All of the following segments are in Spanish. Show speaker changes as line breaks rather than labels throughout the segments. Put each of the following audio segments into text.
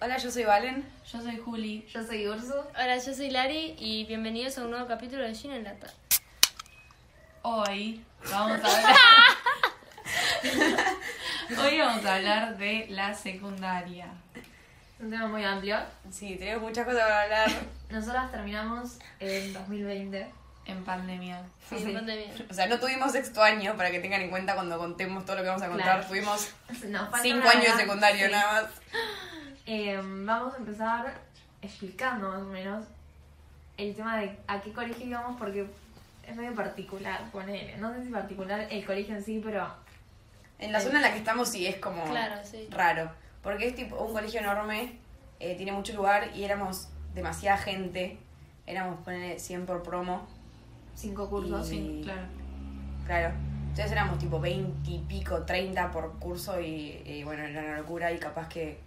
Hola, yo soy Valen.
Yo soy Juli.
Yo soy Ursu.
Hola, yo soy Lari y bienvenidos a un nuevo capítulo de Gin en Lata.
Hoy vamos a hablar. Hoy vamos a hablar de la secundaria.
Es un tema muy amplio.
Sí, tenemos muchas cosas para hablar.
Nosotras terminamos en 2020.
En pandemia.
Sí, pandemia.
O sea, no tuvimos sexto año, para que tengan en cuenta cuando contemos todo lo que vamos a contar.
Claro.
Tuvimos
Nos falta
cinco
una
años
edad.
de secundario
Sí.
nada más.
Eh, vamos a empezar explicando más o menos el tema de a qué colegio íbamos porque es medio particular, ponele. No sé si particular el colegio en sí, pero
En la
Sí.
zona en la que estamos sí es como
Claro, sí.
raro. Porque es tipo un colegio enorme, eh, tiene mucho lugar y éramos demasiada gente. Éramos, ponerle 100 por promo,
cinco cursos.
Sí, claro.
claro. Entonces éramos tipo 20 y pico, 30 por curso y, y bueno, era una locura. Y capaz que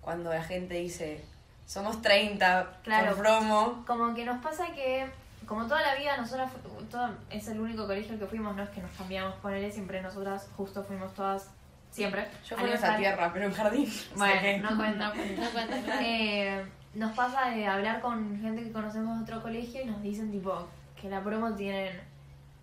cuando la gente dice, somos 30
Claro.
por promo,
Como que nos pasa que, como toda la vida, nosotras, fu- toda- es el único colegio al que fuimos, no es que nos cambiamos, ponele siempre nosotras, justo fuimos todas, siempre.
yo
Al
fui a esa
mismo-
tierra, pero en jardín. O
Bueno,
sea que-
no cuenta.
No cuenta, claro.
Eh, nos pasa de hablar con gente que conocemos de otro colegio y nos dicen tipo que la promo tienen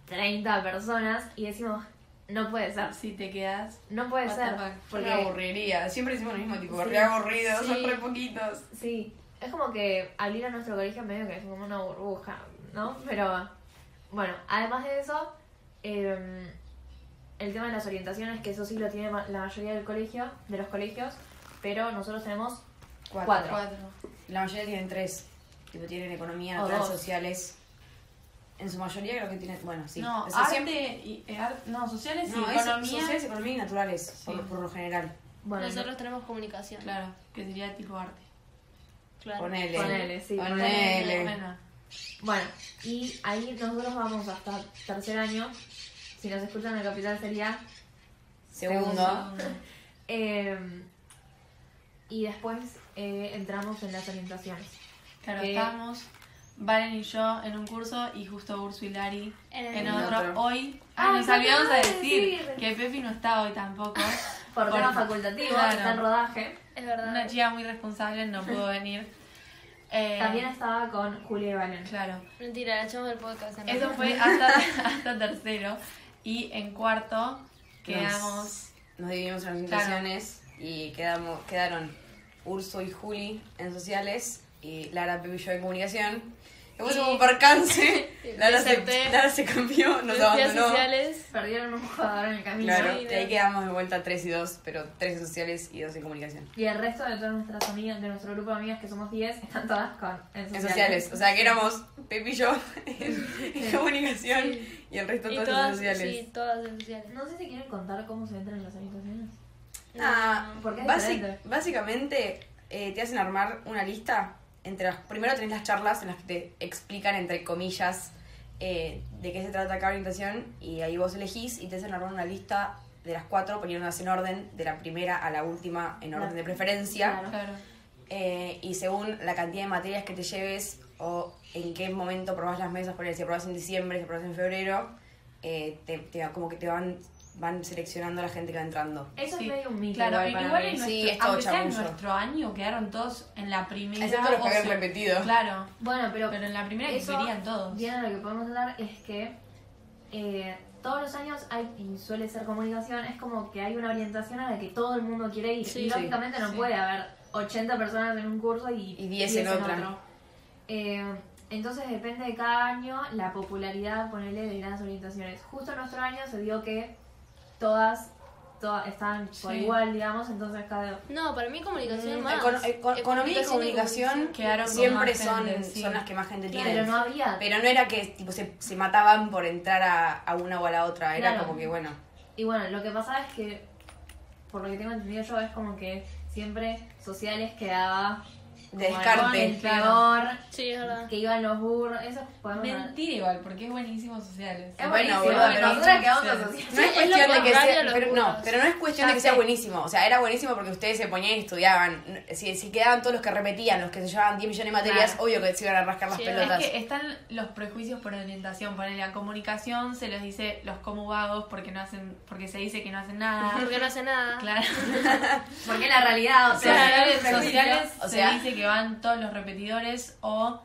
30 personas y decimos, no puede ser,
Si te quedas.
no puede
What the
ser.
fuck.
Porque
Porque
aburriría. Siempre hicimos lo mismo, tipo,
Sí.
re aburridos, son
Sí.
re poquitos.
sí, es como que al ir a nuestro colegio medio que es como una burbuja, ¿no? Pero bueno, además de eso, eh, el tema de las orientaciones, que eso sí lo tiene ma- la mayoría del colegio, de los colegios, pero nosotros tenemos Cuatro.
Cuatro.
La mayoría tienen tres. Tipo, tienen economía,
O
redes
dos.
sociales. En su mayoría creo que tienen. Bueno, sí.
No,
O sea,
arte
siempre-
y. eh, ar- no, sociales y
No, es
economía.
sociales, economía y naturales, por,
Sí.
por lo general.
bueno,
Nosotros tenemos comunicación.
Claro, que sería tipo arte. Eh,
Claro.
Ponele.
Ponele, sí,
Ponele.
Bueno,
Bueno, y ahí nosotros vamos hasta tercer año. Si nos escuchan en Capital sería.
Segundo.
segundo.
eh, y después eh, entramos en las orientaciones.
Claro,
Eh,
estábamos Valen y yo en un curso y justo Urso y Lari
En el
en
mismo.
otro.
otro.
Hoy
Ah,
ah, nos
no te
olvidamos
iba a
de decir
decir.
que Pepi no está hoy tampoco.
Por
Por-
tema facultativo,
claro.
está en rodaje.
Es verdad.
Una chica muy responsable no pudo venir. Eh,
También estaba con Julia y Valen.
Claro.
Mentira, la echamos del podcast. en
Eso
realidad.
fue hasta, hasta tercero. Y en cuarto quedamos.
Nos dividimos en
Claro.
orientaciones y quedamos, quedaron Urso y Juli en sociales y Lara, Pepe y yo en comunicación. Después
Y-
hubo un percance. Lara, se,
Deserté.
Lara se cambió, nos
Los días
abandonó.
sociales.
Perdieron un jugador en el camino.
Claro,
Sí,
y ahí
no.
quedamos de vuelta 3 y 2, pero 3 en sociales y 2 en comunicación.
Y el resto de todas nuestras amigas, de nuestro grupo de amigas, que somos 10, están todas con, en
En
sociales.
sociales, o sea que éramos Pepe y yo en, en comunicación y el resto
Y
todos en
todas,
sociales.
sí, todas en sociales.
No sé si quieren contar cómo se entran en las orientaciones.
Ah,
Porque es
basi-
diferente.
básicamente eh, te hacen armar una lista. Entre las, primero tenés las charlas en las que te explican, entre comillas, eh, de qué se trata cada orientación y ahí vos elegís y te hacen armar una lista de las cuatro, poniéndolas en orden, de la primera a la última en orden de preferencia.
Claro.
Claro.
Eh, y según la cantidad de materias que te lleves o en qué momento probás las mesas, por ejemplo, si probás en diciembre, si probás en febrero, eh, te, te- como que te van, van seleccionando la gente que va entrando.
Eso
Sí,
es medio un mito.
Claro,
igual
igual,
para mí.
en nuestro,
Sí, es todo
aunque sea en
chamuyo.
nuestro año quedaron todos en la primera.
Excepto los que
o
habían
se-
repetido.
Claro.
Bueno, pero,
Pero en la primera que
eso,
querían todos.
Bien, lo que podemos hablar es que eh, todos los años hay, y suele ser comunicación, es como que hay una orientación a la que todo el mundo quiere ir.
Sí,
y lógicamente no
sí.
puede haber 80 personas en un curso y,
Y 10 en otra.
Eh, entonces depende de cada año la popularidad, ponerle de las orientaciones. Justo en nuestro año se dio que todas, todas estaban por
Sí.
igual, digamos, entonces cada...
No, para mí comunicación
Mm,
más.
econo- eco-
Eh,
economía y comunicación
comunicación.
Quedaron con
siempre
más
son,
gente, sí.
son las que más gente tiene.
Pero no había...
Pero no era que tipo, se, se mataban por entrar a, a una o a la otra, era
Claro.
como que bueno.
Y bueno, lo que pasa es que, por lo que tengo entendido yo, es como que siempre sociales quedaba
De
como
descarte.
el peor,
Sí, es verdad.
que iban los burros, eso podemos
Mentira igual, porque es buenísimo sociales.
Es
Bueno,
buenísimo,
boluda,
pero
pero
nosotras
es
quedamos
No
buenísimo.
es
asociadas.
cuestión de que
contrario
sea,
a los
pero, no,
burros.
pero no es cuestión
Ya
de que sea
sé.
buenísimo. O sea, era buenísimo porque ustedes se ponían y estudiaban. Si, si quedaban todos los que repetían, los que se llevaban 10 millones de materias,
Claro.
obvio que se iban a rascar las
Sí,
pelotas.
Es que están los prejuicios por orientación, por la comunicación se los dice los como vagos porque no hacen, porque se dice que no hacen nada.
Porque no hace nada.
Claro.
Porque la realidad, o sea,
Sociales, sociales
O
se
sea-
dice que van todos los repetidores o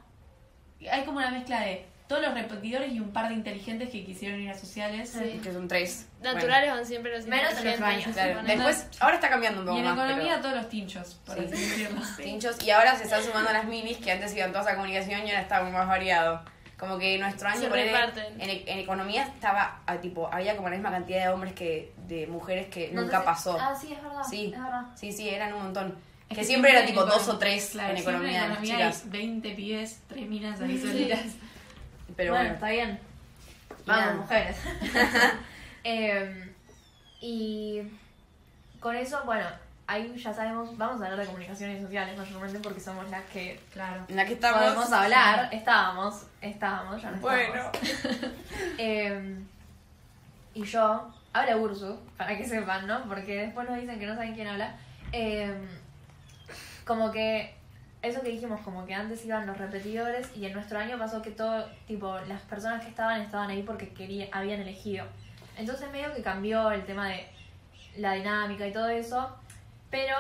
hay como una mezcla de todos los repetidores y un par de inteligentes que quisieron ir a sociales.
Sí.
Que son tres. Bueno.
Naturales van siempre los
Menos en los baños.
inteligentes, se
Claro.
supone.
Después, ahora está cambiando un
Y
poco
en
más.
economía
pero-
todos los tinchos, por
Sí.
así decirlo.
tinchos. Y ahora se están sumando las minis que antes iban todas a comunicación y ahora está como más variado. Como que nuestro año
Se
ponele,
reparten.
en, e- en economía estaba a, tipo, había como la misma cantidad de hombres que de mujeres que
no sé
nunca
si-
pasó.
Ah, sí, es verdad.
Sí.
Es verdad.
Sí, sí, eran un montón.
Es
que siempre era
en
tipo dos
economía-
o tres
claro,
en
siempre
economía, las
economía
chicas.
hay 20 pibes, 3 minas ahí solitas.
Pero
bueno,
bueno.
está bien.
Vamos,
mujeres. Em, y con eso, bueno, ahí ya sabemos, vamos a hablar de comunicaciones sociales mayormente porque somos las que
Claro.
En la que estamos.
podemos hablar. Estábamos, estábamos, ya no
Bueno.
estamos. Em, y yo, habla Ursu, para que sepan, ¿no? Porque después nos dicen que no saben quién habla. Em, como que, eso que dijimos, como que antes iban los repetidores y en nuestro año pasó que todo, tipo, las personas que estaban estaban ahí porque quería, habían elegido. Entonces medio que cambió el tema de la dinámica y todo eso, pero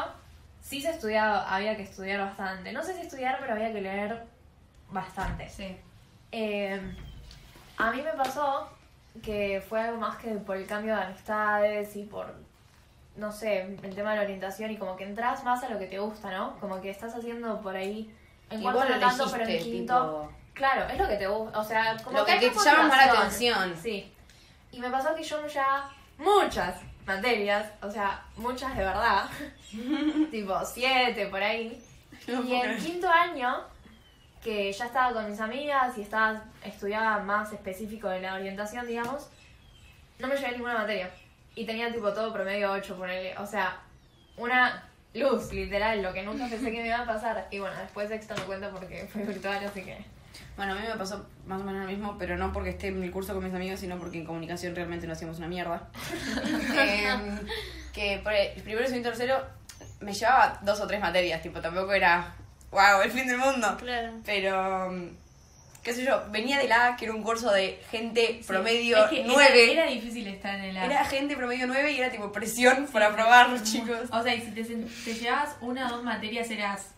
sí se estudiaba, había que estudiar bastante. No sé si estudiar, pero había que leer bastante.
Sí.
Eh, a mí me pasó que fue algo más que por el cambio de amistades y por, no sé, el tema de la orientación y como que entras más a lo que te gusta, ¿no? Como que estás haciendo por ahí, en
Y
cuarto
vos lo
no tanto, pero en
elegiste,
quinto.
tipo,
Claro, es lo que te gusta, o sea, como
lo que,
hay
te
más
llama más la
motivación.
atención.
Sí. Y me pasó que yo ya muchas materias, o sea, muchas de verdad, tipo siete por ahí.
No
y
puedo
en
creer.
quinto año, que ya estaba con mis amigas y estaba, estudiaba más específico de la orientación, digamos, no me llevé ninguna materia. Y tenía tipo todo promedio 8, ponele. O sea, una luz, literal, lo que nunca pensé que me iba a pasar. Y bueno, después sexto no cuenta porque fue virtual, así que...
Bueno, a mí me pasó más o menos lo mismo, pero no porque esté en el curso con mis amigos, sino porque en comunicación realmente no hacíamos una mierda. Em, que por el primero, segundo y tercero me llevaba dos o tres materias, tipo, tampoco era, wow, el fin del mundo.
Claro.
Pero, mm, qué sé yo, venía de la A, que era un curso de gente promedio
Es que era-
9.
Era,
Era,
difícil estar en el A.
gente promedio 9 y era tipo presión por aprobar, chicos.
O sea, y si te, sen- te llevabas una o dos materias eras.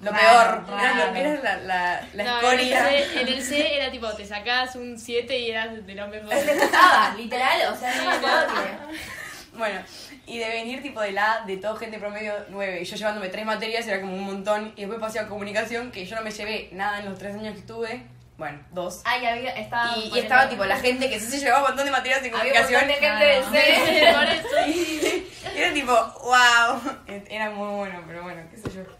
Lo
Raro,
peor, era, lo-
raro.
era la, la, la
No, en, el
escoria.
C, en el C era tipo, te sacabas un 7 y eras de lo mejor.
Estaba, literal, o sea, no me acuerdo que...
Bueno, y de venir tipo de la A, de todo gente promedio 9, y yo llevándome tres materias era como un montón, y después pasé a comunicación, que yo no me llevé nada en los tres años que estuve, bueno, dos.
Ay, Ah, había, estaba...
Y, y
ponele-
estaba tipo la gente que sí se llevaba un montón de materias en
Había un montón
comunicación.
de gente del C.
Por eso.
Y era tipo, wow, era muy bueno, pero bueno, qué sé yo.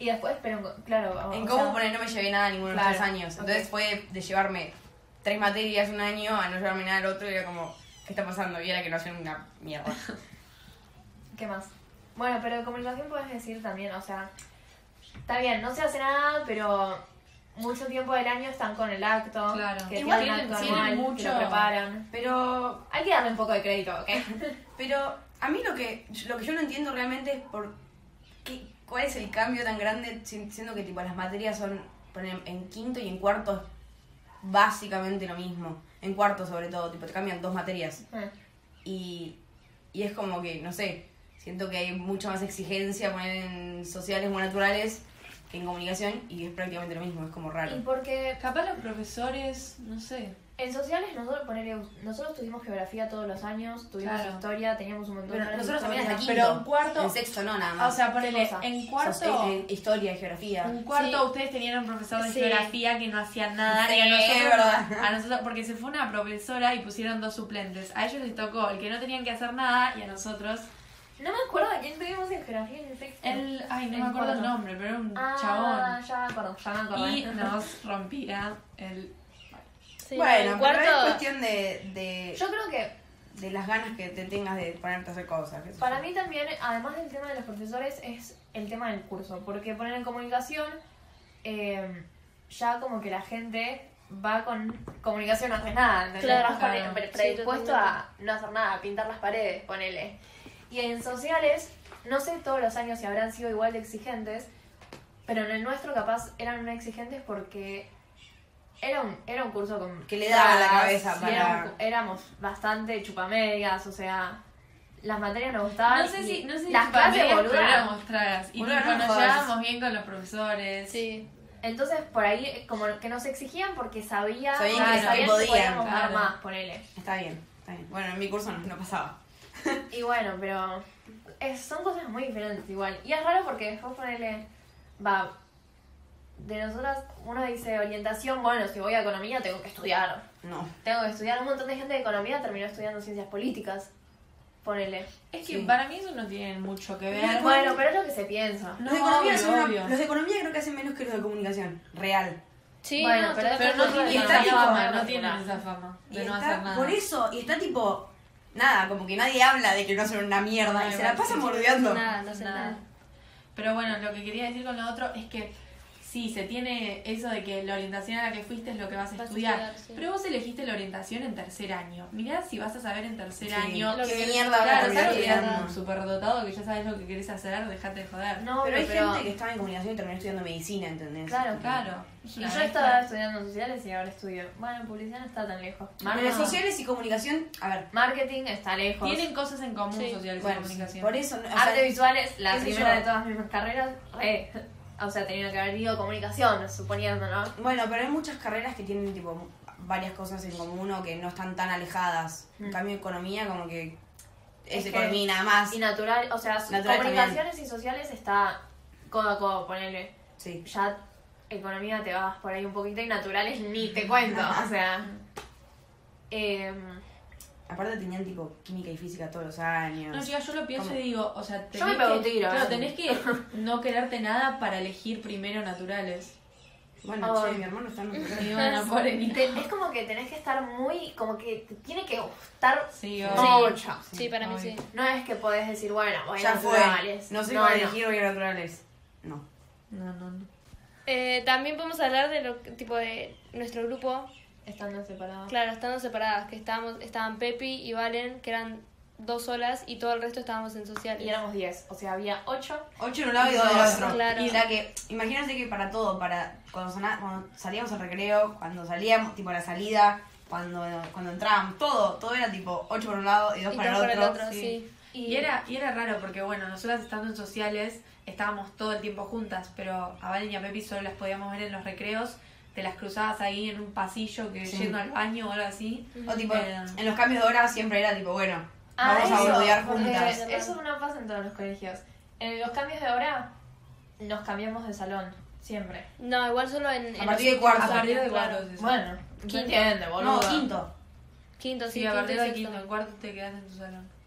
Y después, pero en- claro, vamos,
En
o
cómo
sea,
poner no me llevé nada ninguno de los
Oh, Claro,
tres años, entonces
ok.
fue de llevarme tres materias un año a no llevarme nada al otro, y era como, ¿qué está pasando? Y era que no hacían una mierda.
¿Qué más? Bueno, pero de comunicación puedes decir también, o sea, está bien, no se hace nada, pero mucho tiempo del año están con el acto.
Claro.
Que
Igual
tienen
tienen-
acto
tienen
anual, que
mucho-
lo preparan.
Pero
Hay que darle un poco de crédito, ¿ok?
Pero a mí lo que, lo que yo no entiendo realmente es por qué, cuál es el cambio tan grande, si- siendo que tipo las materias son ponen, en quinto y en cuarto es básicamente lo mismo. En cuarto sobre todo, tipo te cambian dos materias.
Eh,
Y, y es como que, no sé, siento que hay mucha más exigencia poner en sociales o naturales que en comunicación y es prácticamente lo mismo, es como
y
raro.
porque
Capaz los profesores, no sé.
en sociales nosotros poner, nosotros tuvimos geografía todos los años, tuvimos
Claro.
historia, teníamos un montón
Pero
de
nosotros también hasta
historia.
quinto.
Pero en cuarto-
En Ah, sexto no, nada
O
más.
sea, ponele,
cosa?
en
Sos- eh,
cuarto.
eh, historia, geografía.
Un cuarto
Sí.
ustedes tenían un profesor de
Sí.
geografía que no hacía nada y a
Sí,
nosotros,
es verdad.
a nosotros porque se fue una profesora y pusieron dos suplentes. A ellos les tocó el que no tenían que hacer nada y a nosotros
No me acuerdo de quién tuvimos en geografía en el sexto.
el ay no
En
me acuerdo el
cuarto.
nombre, pero era un
Ah,
chabón
ya me acuerdo, ya me acuerdo.
y nos rompía el
Sí,
Bueno,
en
pero es
cuarto.
cuestión de, de-
Yo creo que
de las ganas que te tengas de ponerte a hacer cosas. qué sé yo.
Para mí también, además del tema de los profesores, es el tema del curso. Porque poner en comunicación, eh, ya como que la gente va con comunicación no hace nada. ¿entendés?
Claro,
Vas con-
claro.
pre-
Sí,
predispuesto a
totalmente.
no hacer nada, a pintar las paredes, ponele. Y en sociales, no sé todos los años si habrán sido igual de exigentes, pero en el nuestro capaz eran muy exigentes porque era un, era un curso con
Que le daba la
pruebas,
cabeza
y
para-
era un cu- éramos bastante chupamedias, o sea, las materias nos gustaban.
No sé
y
si, no sé si
las clases boludas.
boludas tragas. Y
Boluda,
tipo,
no
nos
jodas.
llevábamos bien con los profesores.
Sí.
Entonces por ahí eh, como que nos exigían porque sabía,
Sabían
que
sabían
podían,
podíamos dar
claro.
más, ponele.
Está bien, está bien. Bueno, en mi curso no, no pasaba.
Y bueno, pero es- son cosas muy diferentes igual. Y es raro porque después ponele, va, de nosotras uno dice orientación, bueno, si voy a economía tengo que estudiar.
No.
Tengo que estudiar. Un montón de gente de economía terminó estudiando ciencias políticas, ponele.
Es que
Sí.
para mí eso no tiene mucho que ver.
Bueno, pero es lo que se piensa.
No,
los, de economía
obvio,
son una-
obvio.
los de economía creo que hacen menos que los de comunicación. Real.
Sí,
Bueno,
no,
pero-
total-
Pero no
Y
tienen
está
esa
tipo-
fama, no tienen esa fama de no
está-
hacer nada.
Por eso, y está tipo. Nada, como que nadie habla de que no son una mierda.
Ay,
y se la
bueno,
pasan
sí, sí,
mordeando.
Nada, no sé
Nada.
nada.
Pero bueno, lo que quería decir con lo otro es que sí, se tiene eso de que la orientación a la que fuiste es lo que vas a
Vas a
estudiar.
estudiar, sí.
Pero vos elegiste la orientación en tercer año. Mirá si vas a saber en tercer
Sí.
año.
Lo
¿Qué
que-
mierda van a
Claro,
terminar
sabes que te
estudiando?
un superdotado que ya sabes lo que querés hacer, dejate de joder.
No,
Pero hay gente que estaba en comunicación y terminó estudiando medicina, ¿entendés?
Claro,
Claro.
Y yo estaba estudiando sociales y ahora estudio. Bueno, publicidad no está tan lejos.
Pero
Marketing,
sociales y comunicación, a ver.
marketing está lejos.
Tienen cosas en común
Sí.
sociales y
Bueno,
comunicación.
por eso. no- o sea,
Artes visuales, la
qué sé
primera
yo.
de todas mis carreras, re. O sea, tenía que haber ido comunicación, suponiendo, ¿no?
Bueno, pero hay muchas carreras que tienen tipo varias cosas en común o que no están tan alejadas. En
Mm.
cambio, economía como que es,
Es que-
economía y nada más.
Y natural, o sea,
Natural
comunicaciones y sociales está codo a codo, ponele.
Sí.
Ya economía te vas por ahí un poquito y naturales ni te cuento, o sea. em,
Aparte tenían tipo química y física todos los
No,
años.
chica, yo lo pienso
¿Cómo?
y digo, o sea, tenés
Yo me pego un
que,
tiro,
claro,
eh.
tenés que no quererte nada para elegir primero naturales.
Bueno, che,
Ay.
mi hermano está en otro
Y
grado.
bueno, pobrecita.
te- es como que tenés que estar muy, como que te tiene que gustar
Sí, obvio.
mucho.
Sí, para mí
Obvio.
sí.
No es que podés decir, bueno, voy a
Ya fue.
naturales.
No sé
No,
cómo
no.
elegir voy a naturales. No.
No, no, no.
Eh, también podemos hablar de lo que- tipo de nuestro grupo,
Estando separados.
claro, estando separadas, que estábamos, estaban Pepi y Valen, que eran dos solas, y todo el resto estábamos en social.
Y éramos 10, o sea, había 8
Ocho en un lado y dos del otro.
Claro.
Y la que, imagínate que para todo, para cuando, sona- cuando salíamos al recreo, cuando salíamos, tipo a la salida, cuando, cuando entrábamos, todo, todo era tipo ocho por un lado y dos
y
para
todos por el otro,
sí.
sí.
Y era, y era raro porque, bueno, nosotras estando en sociales estábamos todo el tiempo juntas, pero a Valen y a Pepi solo las podíamos ver en los recreos, te las cruzabas ahí en un pasillo que
Sí.
yendo al baño o algo así.
O tipo,
Eh.
en los cambios de hora siempre era tipo, bueno,
Ah,
vamos
eso,
a boludear
porque
juntas.
Eh,
Eso no pasa en todos los colegios. En los cambios de hora nos cambiamos de salón, siempre.
No, igual solo en, en
A partir
los
de cuarto.
A partir de
claro.
cuarto. sí, sí.
Bueno,
Quinto.
¿quién entiende,
No,
boludo?
quinto.
quinto, sí,
sí, a
quinto
partir de
y sexto.
quinto, en cuarto te quedas en tu salón.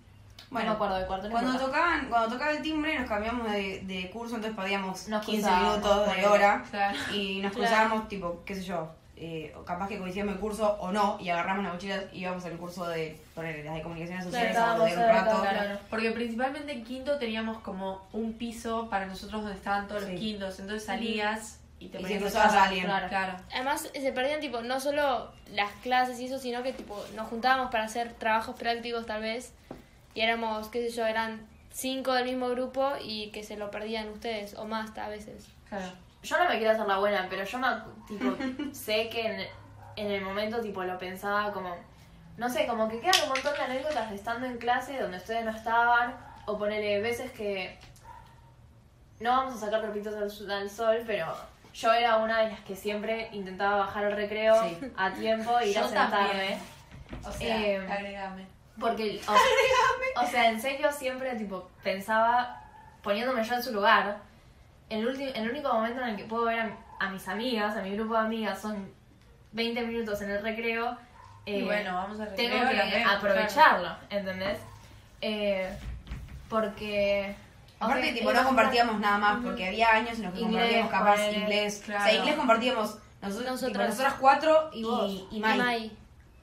Bueno,
no me acuerdo de cuarto. no
Cuando
importa.
tocaban, cuando tocaba el timbre nos cambiamos de, de curso, entonces perdíamos
Nos
15
cruzábamos,
minutos de
ponele.
hora
Claro.
y nos
Claro.
cruzábamos tipo, qué sé yo, eh, o capaz que coincidíamos el curso o no y agarramos las mochilas y íbamos al curso de poner las de comunicaciones sociales a
estábamos
joder un
cerca,
rato.
claro.
Porque principalmente en quinto teníamos como un piso para nosotros donde estaban todos
Sí.
los quintos, entonces salías y te
Y si
ponías a
cruzabas a
charlar.
alguien.
claro.
Claro.
Además, se perdían, tipo, no solo las clases y eso, sino que, tipo, nos juntábamos para hacer trabajos prácticos, tal vez, y éramos, qué sé yo, eran cinco del mismo grupo y que se lo perdían ustedes, o más, a veces.
claro.
Yo no me quiero hacer la buena, pero yo me, acu- tipo, sé que en, en el momento tipo lo pensaba como, no sé, como que quedan un montón de anécdotas de estando en clase donde ustedes no estaban, o ponerle veces que no vamos a sacar repitos al, su- al sol, pero yo era una de las que siempre intentaba bajar al recreo
Sí.
a tiempo e ir a
Yo
sentarme.
también. O sea,
Eh,
agregame.
Porque, o, o sea, en serio siempre tipo pensaba, poniéndome yo en su lugar, el, ulti- el único momento en el que puedo ver a, a mis amigas, a mi grupo de amigas, son 20 minutos en el recreo.
y
eh,
bueno, vamos a
tengo
recreo, las
que
vemos, claro.
aprovecharlo, ¿entendés? Eh, porque... o
Aparte,
sea,
tipo, no
era una-
compartíamos nada más porque había años en los que
Inglés,
compartíamos capaz
ponele,
inglés. O
claro.
sea, inglés compartíamos nosotros,
Nosotras.
nosotras cuatro y,
Y vos.
y Mai.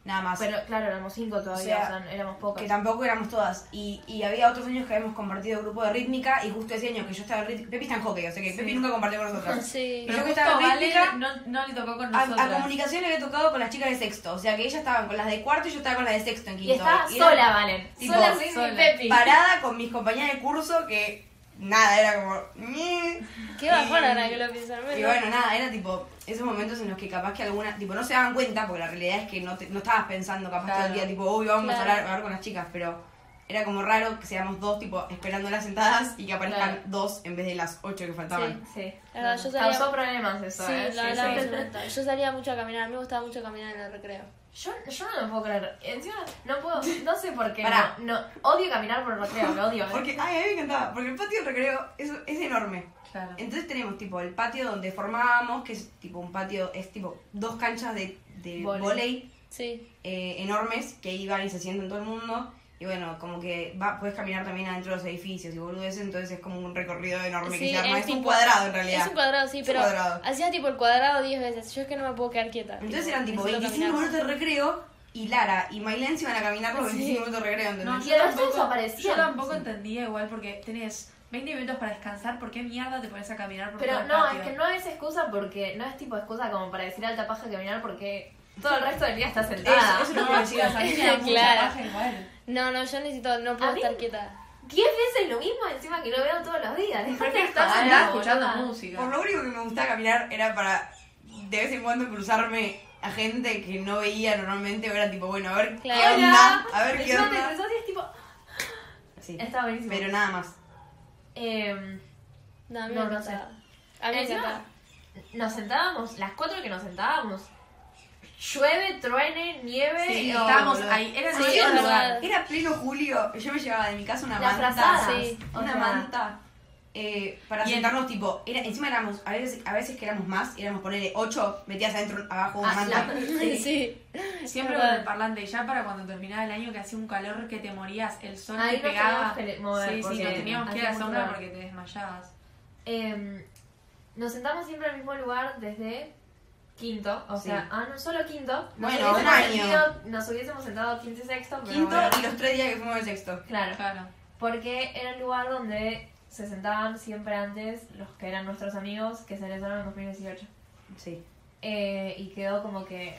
nada más.
Pero claro, éramos cinco todavía, o
O
sea,
sea,
éramos pocos.
que tampoco éramos todas. Y, y había otros años que habíamos compartido grupo de rítmica y justo ese año que yo estaba en rítmica, Pepi está en hockey, o sea que Pepi nunca compartió con nosotras. Yo
Sí.
Pero
que
justo
estaba en
Vale
rítmica-
no, no le tocó con
A,
nosotros.
a comunicación le había tocado con las chicas de sexto, o sea que ellas estaban con las de cuarto y yo estaba con las de sexto en
y
quinto.
estaba
Y era
sola, Valen.
Tipo,
sola sin
sola.
mi Pepi.
Parada con mis compañeras de curso que nada, era como... "Meh".
Qué bajón ahora que lo piensan.
Y bueno, nada, era tipo esos momentos en los que capaz que alguna, tipo, no se daban cuenta, porque la realidad es que no, te- no estabas pensando capaz todo el
Claro.
día, tipo, uy, vamos a
Claro.
hablar, a hablar con las chicas, pero era como raro que seamos dos, tipo, esperándolas sentadas y que aparezcan
Claro.
dos en vez de las ocho que faltaban.
Sí.
La verdad, yo salía-
Causó problemas eso,
Sí,
eh.
la
Sí,
hablamos
sí.
un montón. Yo salía mucho a caminar, a mí me gustaba mucho caminar en el recreo.
Yo, yo no lo puedo creer. Encima, no puedo, no sé por qué.
Pará.
No, no, odio caminar por el recreo, lo odio. eh.
Porque, ay, a mí me encantaba, porque el patio del recreo es, es enorme.
Claro.
Entonces tenemos, tipo, el patio donde formábamos, que es tipo un patio, es tipo dos canchas de, de
Voley.
volei.
Sí.
eh, enormes que ahí van y se sientan todo el mundo. Y bueno, como que va, puedes caminar también adentro de los edificios y boludeces, entonces es como un recorrido enorme que
Sí,
se arma.
es
Es, un
tipo-
cuadrado en realidad.
Es un cuadrado, sí,
Es un
pero
cuadrado.
hacía tipo el cuadrado 10 veces. Yo es que no me puedo quedar quieta.
Entonces eran tipo
necesito
25
caminar.
minutos de recreo y Lara y Maylene se iban a caminar los 25 minutos de recreo, ¿entendés?
No,
Y
yo
el resto
tampoco-
desaparecían.
Yo tampoco entendía igual porque tenés 20 minutos para descansar, ¿por qué mierda te pones a caminar por todo
Pero
el
no,
patio?
es que no es excusa porque no es tipo excusa como para decir alta paja caminar porque todo el resto del día estás sentada.
Eso- eso no
No,
me decías.
chicas, a mí me da mucha
Claro.
paja igual.
No, no, yo necesito, no
A
puedo
mí-
estar quieta.
Diez veces lo mismo encima que lo veo todos los días. Después
Porque
de
estás sentada
estar sentada
escuchando
boluda.
música.
Por lo único que me gustaba caminar era para de vez en cuando cruzarme a gente que no veía normalmente. o Era tipo, bueno, a ver
Claro.
qué
Hola.
onda, a ver qué
Encima te
onda.
cruzás y es tipo.
Sí.
Está buenísimo.
Pero nada más.
Em,
No, a mí
No,
me
no sé.
encantaba. A mí me
Encima-
encantaba.
nos sentábamos, las cuatro que nos sentábamos. Llueve, truene, nieve.
Sí,
Sí,
no,
estábamos
boludo.
ahí, era el
Sí,
único
es
lugar.
verdad.
Era pleno julio, yo me llevaba de mi casa una
Las
manta.
frazadas,
sí.
o
una
sea.
manta. eh, para
Y en-
sentarnos, tipo, era, encima éramos, a veces, a veces que éramos más, éramos ponerle ocho, metías adentro, abajo una
Ah,
manta.
claro.
Sí.
Siempre
Es
con
verdad.
el parlante, y ya para cuando terminaba el año que hacía un calor que te morías, el sol
Ahí
te
nos
pegaba.
teníamos que le- mover,
sí, sí,
porque
nos teníamos que ir a
hacía
la
mucho
sombra
calor.
porque te desmayabas.
Em, nos sentamos siempre en el mismo lugar desde quinto, o
Sí.
sea, ah, no, solo quinto. Nos
Bueno, un
hubiésemos
año.
sentido- nos hubiésemos sentado quinto y sexto, pero
Quinto
bueno.
y los tres días que fuimos el sexto.
Claro,
Claro.
porque era el lugar donde se sentaban siempre antes los que eran nuestros amigos que se egresaron en 2018.
Sí.
Eh, y quedó como que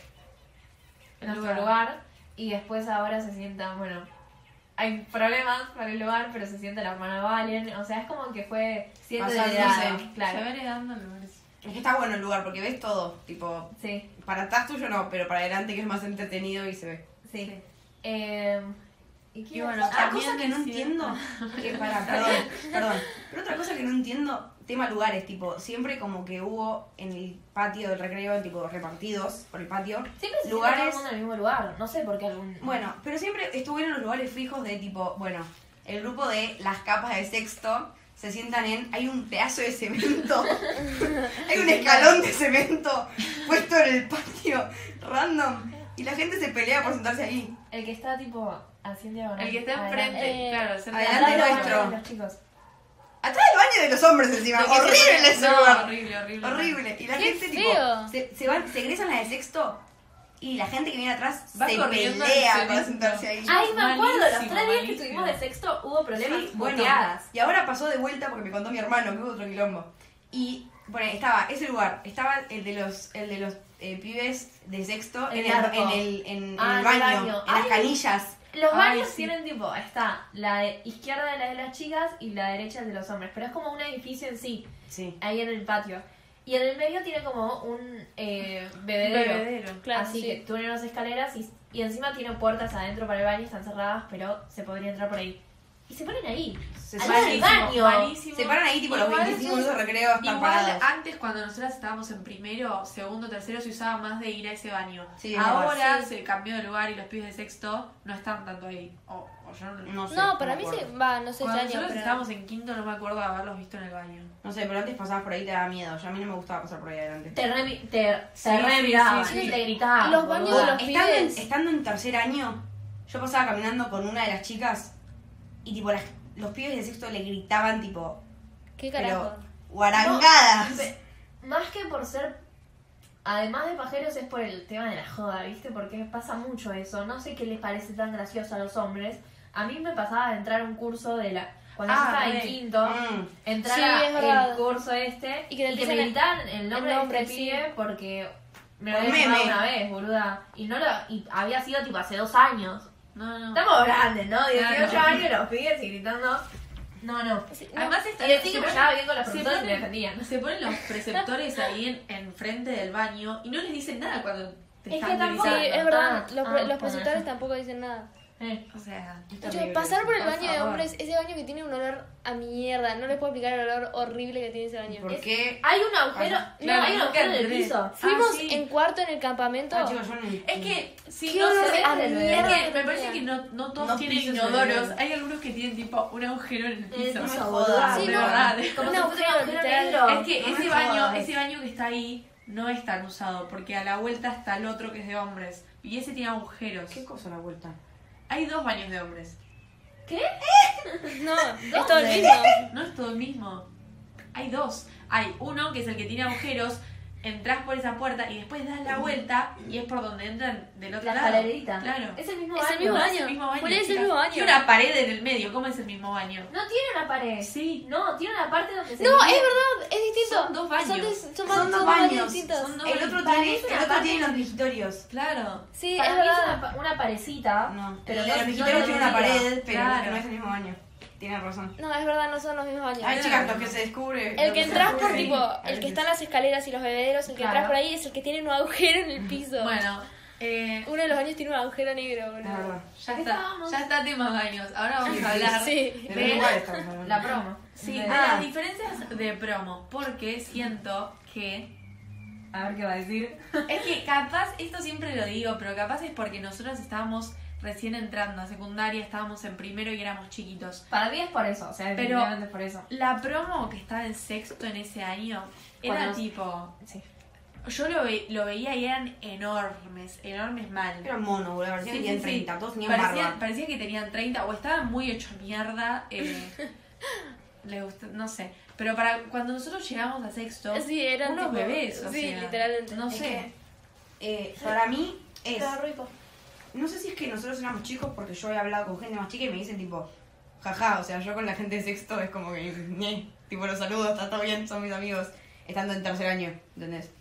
El
nuestro
lugar.
lugar. Y después ahora se sienta, bueno, hay problemas para el lugar, pero se sienta la hermana Valen. O sea, es como que fue siete de
Pasándose.
edad.
Se
Claro,
va heredando lugares.
Es que está bueno el lugar porque ves todo, tipo,
sí,
para atrás tuyo no, pero para adelante que es más entretenido y se ve.
sí.
Sí.
Em, ¿y qué
Y
iba a
bueno,
decir?
Otra
También
Ah, cosa que no
decía-
entiendo, que para, perdón, perdón, pero otra cosa que no entiendo, tema lugares, tipo, siempre como que hubo en el patio del recreo, tipo, repartidos por el patio,
Siempre se lugares... todo el
lugares,
mundo en el mismo lugar. No sé por qué algún.
bueno, pero siempre estuvieron los lugares fijos de tipo, bueno, el grupo de las capas de sexto se sientan en, hay un pedazo de cemento, hay un escalón de cemento puesto en el patio, random, y la gente se pelea por sentarse ahí.
El que está tipo así en diagonal.
El que está
adelante.
enfrente,
Eh,
claro, cerca
adelante
Atrás de los
nuestro.
baños de Los chicos.
Atrás del baño de los hombres encima,
Lo que se-
horrible ese
no,
lugar.
horrible, horrible.
Horrible. Y la
Qué
gente,
feo.
tipo, se, se van, se egresan las de sexto y la gente que viene atrás
Va
se
corriendo al
pelea
cemento. Ah,
para sentarse ahí.
Ay, me acuerdo, los tres
malísimo,
días que
malísimo.
estuvimos de sexto hubo problemas
Sí, bueno,
boteadas.
y ahora pasó de vuelta porque me contó mi hermano, que hubo otro quilombo. Y, bueno, estaba ese lugar, estaba el de los, el de los eh, pibes de sexto
El
en, el,
arco.
en, el, en- en
Ah,
el
el
baño,
baño.
en las
Ay.
canillas.
Los
Ay,
baños
sí.
tienen tipo, está la de- izquierda de la de las chicas y la derecha de los hombres, pero es como un edificio en sí,
Sí.
ahí en el patio. Y en el medio tiene como un eh, bebedero.
Bebedero.
Claro,
Así
sí.
que tú unas escaleras y, y encima tiene puertas adentro para el baño, están cerradas, pero se podría entrar por ahí. Y se ponen ahí.
Se,
Al
separan-
lado del
Malísimo,
baño.
malísimo.
se paran ahí, tipo, los
Igual
25 minutos de recreo están
Igual
parados.
antes cuando nosotras estábamos en primero, segundo, tercero se usaba más de ir a ese baño.
Sí, es
Ahora
verdad.
se cambió de lugar y los pibes de sexto no están tanto ahí. O, o yo no.
No, sé,
No, para mí
me
se.
acuerdo.
Va, no sé,
Cuando
ya
nosotros
pero-
estábamos en quinto no me acuerdo de haberlos visto en el baño.
No sé, pero antes pasabas por ahí y te daba miedo. Ya a mí no me gustaba pasar por ahí adelante.
Te re, te, te
Sí,
re
sí,
miraban
sí, sí.
y te gritaban.
Los baños de
boluda.
los-
estando, en,
pibes.
estando en tercer año, yo pasaba caminando con una de las chicas y tipo las- los pibes de sexto le gritaban tipo,
¿Qué
pero
carajo?
guarangadas.
Pe- Más que por ser además de pajeros es por el tema de la joda, ¿viste? Porque pasa mucho eso. No sé qué les parece tan gracioso a los hombres. A mí me pasaba de entrar a un curso de la... Cuando yo
Ah,
estaba en
re.
quinto,
Mm.
entrar
Sí, es
a
verdad.
el curso este
Y
y
que te
que, me
empiezan a-
gritaban el nombre,
el nombre,
de este
sí.
pibe porque me lo
Por
había llamado
meme.
una vez, boluda. Y no lo, y había sido tipo hace dos años.
No, no.
Estamos grandes, ¿no? 18
Claro.
años los pibes y gritando. No, no.
Sí, no.
Además está...
Y decir que
se
me
ponen-
llevaba bien con los
se
profesores y me
ponen-
defendían.
Se ponen los preceptores ahí en, en frente del baño y no les dicen nada cuando te
Es que
están
tampoco-
Sí,
gritando.
es verdad,
Ah,
los,
ah,
pre-
bueno.
los preceptores tampoco dicen nada.
Eh.
O sea,
Está
Yo,
horrible
pasar
eso.
por el
por
baño de
favor.
hombres, ese baño que tiene un olor a mierda, no les puedo explicar el olor horrible que tiene ese baño.
¿Por qué?
Hay un agujero.
Ah,
No, hay un agujero en el
entré.
piso.
Fuimos
Ah, sí.
en cuarto en el campamento.
Ah, chicos, yo no-
Es que, si
Qué
no
olor
sé,
a
es que
mierda.
me parece que no, no todos
No
tienen
pisos
inodoros.
en el-
Hay algunos que tienen tipo un agujero en el
En el
piso.
piso,
No me
boluda.
jodas,
Sí,
de
no.
verdad.
Como
Un
si fuera un
agujero,
agujero
literal.
negro.
Es que
No me
ese baño,
jodas.
ese baño que está ahí no es tan usado, porque a la vuelta está el otro que es de hombres. Y ese tiene agujeros.
¿Qué cosa a la vuelta?
Hay dos baños de hombres.
¿Qué?
No, es todo el
¿Dónde?
mismo.
No es todo el mismo. Hay dos. Hay uno que es el que tiene agujeros, entras por esa puerta y después das la vuelta y es por donde entran del otro
La
lado.
escalerita.
Claro.
Es el mismo
Es el
baño.
mismo
No
baño.
es el mismo baño.
Por ahí es el
chicas.
mismo baño.
Tiene una pared en el medio. ¿Cómo es el mismo baño?
No tiene una
Eh,
pared.
Sí.
No, tiene una parte donde se.
No, es
divide.
verdad, es distinto.
Son dos baños.
Son, des- son
Son
son
dos baños,
distintos.
son dos- No,
el otro tiene,
para mí es una
el otro
parte-
tiene los digitorios.
Claro.
Sí,
Para
es
mí es
verdad.
una, pa- una parecita.
No,
Pero
el
no-
de los
no
digitorios tiene una
dividida.
pared, pero
Claro.
no es el mismo baño. Tiene razón.
No, es verdad, no son los mismos baños.
Ay, chicas, lo que se descubre.
El que entras por tipo,
A
el que
veces.
está en las escaleras y los bebederos, el que
Claro.
entras por ahí es el que tiene un agujero en el piso.
Bueno, eh,
Uno de los baños tiene un agujero negro,
La verdad.
boludo.
ya está.
Estábamos.
Ya está tema baños. Ahora vamos a hablar.
Sí.
De
Ve.
los lugares estamos hablando.
La promo.
Sí,
De-
de
Ah,
las diferencias de promo. Porque siento que
A ver qué va a decir.
Es que capaz, esto siempre lo digo, pero capaz es porque nosotros estábamos recién entrando a secundaria, estábamos en primero y éramos chiquitos.
Para mí es por eso. O sea,
Pero-
definitivamente es por eso.
La promo que estaba en sexto en ese año era
Cuando-
tipo.
Sí.
Yo lo, ve- lo veía y eran enormes, enormes mal.
Era mono, boludo. Parecía
Sí,
que tenían
sí,
30,
sí.
todos tenían
parecía,
barba.
parecía que tenían 30 o estaban muy hechos mierda. eh, les gusta, no sé. Pero para cuando nosotros llegamos a sexto,
Sí, eran
unos
tipo-
bebés. o
sí,
sea,
literalmente.
No
Es
sé.
que, eh, para mí es.
Estaba rico.
No sé si es que nosotros éramos chicos, porque yo he hablado con gente más chica y me dicen tipo, jaja, o sea, yo con la gente de sexto es como que, "Ñe", tipo, los saludos, está todo bien, son mis amigos, estando en tercer año, ¿entendés?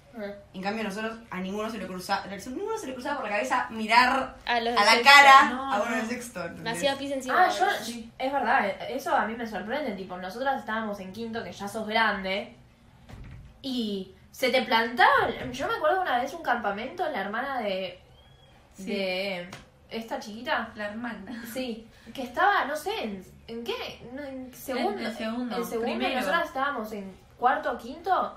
En cambio, nosotros a ninguno se le cruzaba, a ninguno se le cruzaba por la cabeza mirar
A los
a
de
la
sexto,
cara
no,
a uno de
no.
sexto. ¿entendés?
Me hacía pis encima.
Ah, yo,
boludo.
Sí.
es verdad, eso a mí me sorprende, tipo, nosotras estábamos en quinto, que ya sos grande, y se te plantaban, yo me acuerdo una vez un campamento, la hermana de,
Sí.
de esta chiquita,
La hermana.
sí, que estaba, no sé, en, ¿en qué, No, en segundo,
En- en segundo,
en segundo, y
primero.
nosotras estábamos en cuarto o quinto,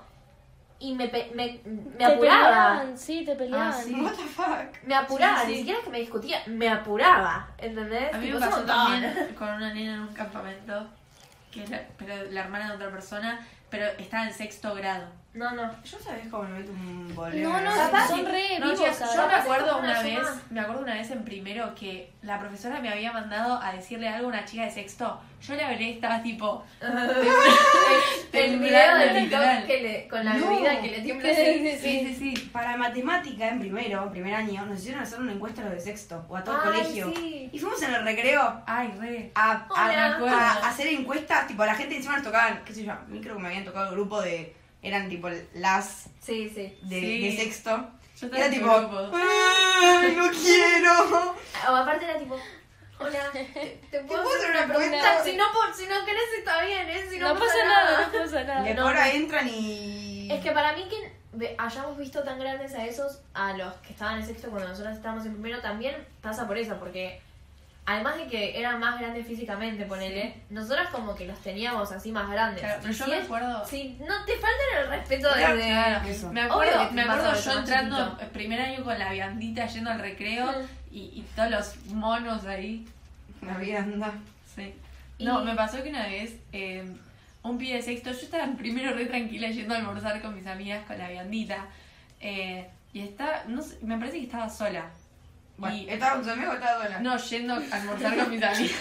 y me, pe- me, me
Te
apuraba,
peleaban, sí, te peleaban.
Ah, sí.
What the fuck?
me apuraba,
Sí, sí.
ni siquiera es que me discutía, me apuraba, ¿entendés?
A mí
Tipo,
me
es un
pasó
montón.
también con una nena en un campamento, que era pero la hermana de otra persona, pero estaba en sexto grado.
No, no.
Yo sabés cómo me meto un bolero.
No, no,
Capaz
son re
No,
vivos.
chicas, yo me
¿sabes?
acuerdo
Una
una
suma.
vez, me acuerdo una vez en primero que la profesora me había mandado a decirle algo a una chica de sexto. Yo le hablé, estaba tipo,
el video de
Literal.
TikTok que le, con la
No.
bebida que le tiembla así.
Sí, sí.
sí, sí, sí.
Para matemática en primero, primer año, nos hicieron hacer una encuesta a los de sexto o a todo el
Ay,
colegio.
sí.
Y fuimos en el recreo
Ay, re.
a, a-
Hola.
a- a hacer encuestas, tipo, a la gente encima nos tocaban, qué sé yo, a mí creo que me habían tocado el grupo de, eran tipo las
Sí, sí.
de,
Sí.
de sexto.
Yo
Era
estaba en
tipo,
tu grupo.
"Ay, no quiero.
O aparte era tipo, hola, ¿te, te
puedo
puedo hacer
hacer
una
una
pregunta?
pregunta?
Si no, po- si no querés está bien, ¿eh? Si no,
No pasa nada, no pasa
Y
nada.
no,
ahora
no.
entran y...
Es que para mí que ve- hayamos visto tan grandes a esos, a los que estaban en sexto cuando nosotros estábamos en primero, también pasa por eso, porque además de que eran más grandes físicamente, ponele, nosotras como que los teníamos así más grandes.
Claro, pero
Y
yo
si
me
es-
acuerdo.
Sí, no te faltan el respeto
Claro,
desde...
Claro.
Eso.
Me
Obvio
acuerdo,
que
me
te
acuerdo
pasa
yo
de
entrando
chiquito.
el primer año con la viandita yendo al recreo y, y todos los monos ahí.
La vida anda.
Sí. No,
Y-
me pasó que una vez eh, un pibe de sexto, yo estaba en primero re tranquila yendo a almorzar con mis amigas con la viandita. eh, y está, no sé, me parece que estaba sola.
Bueno,
Y-
¿Estaba con tus amigos o estaba sola?
No, yendo a almorzar con mis amigas.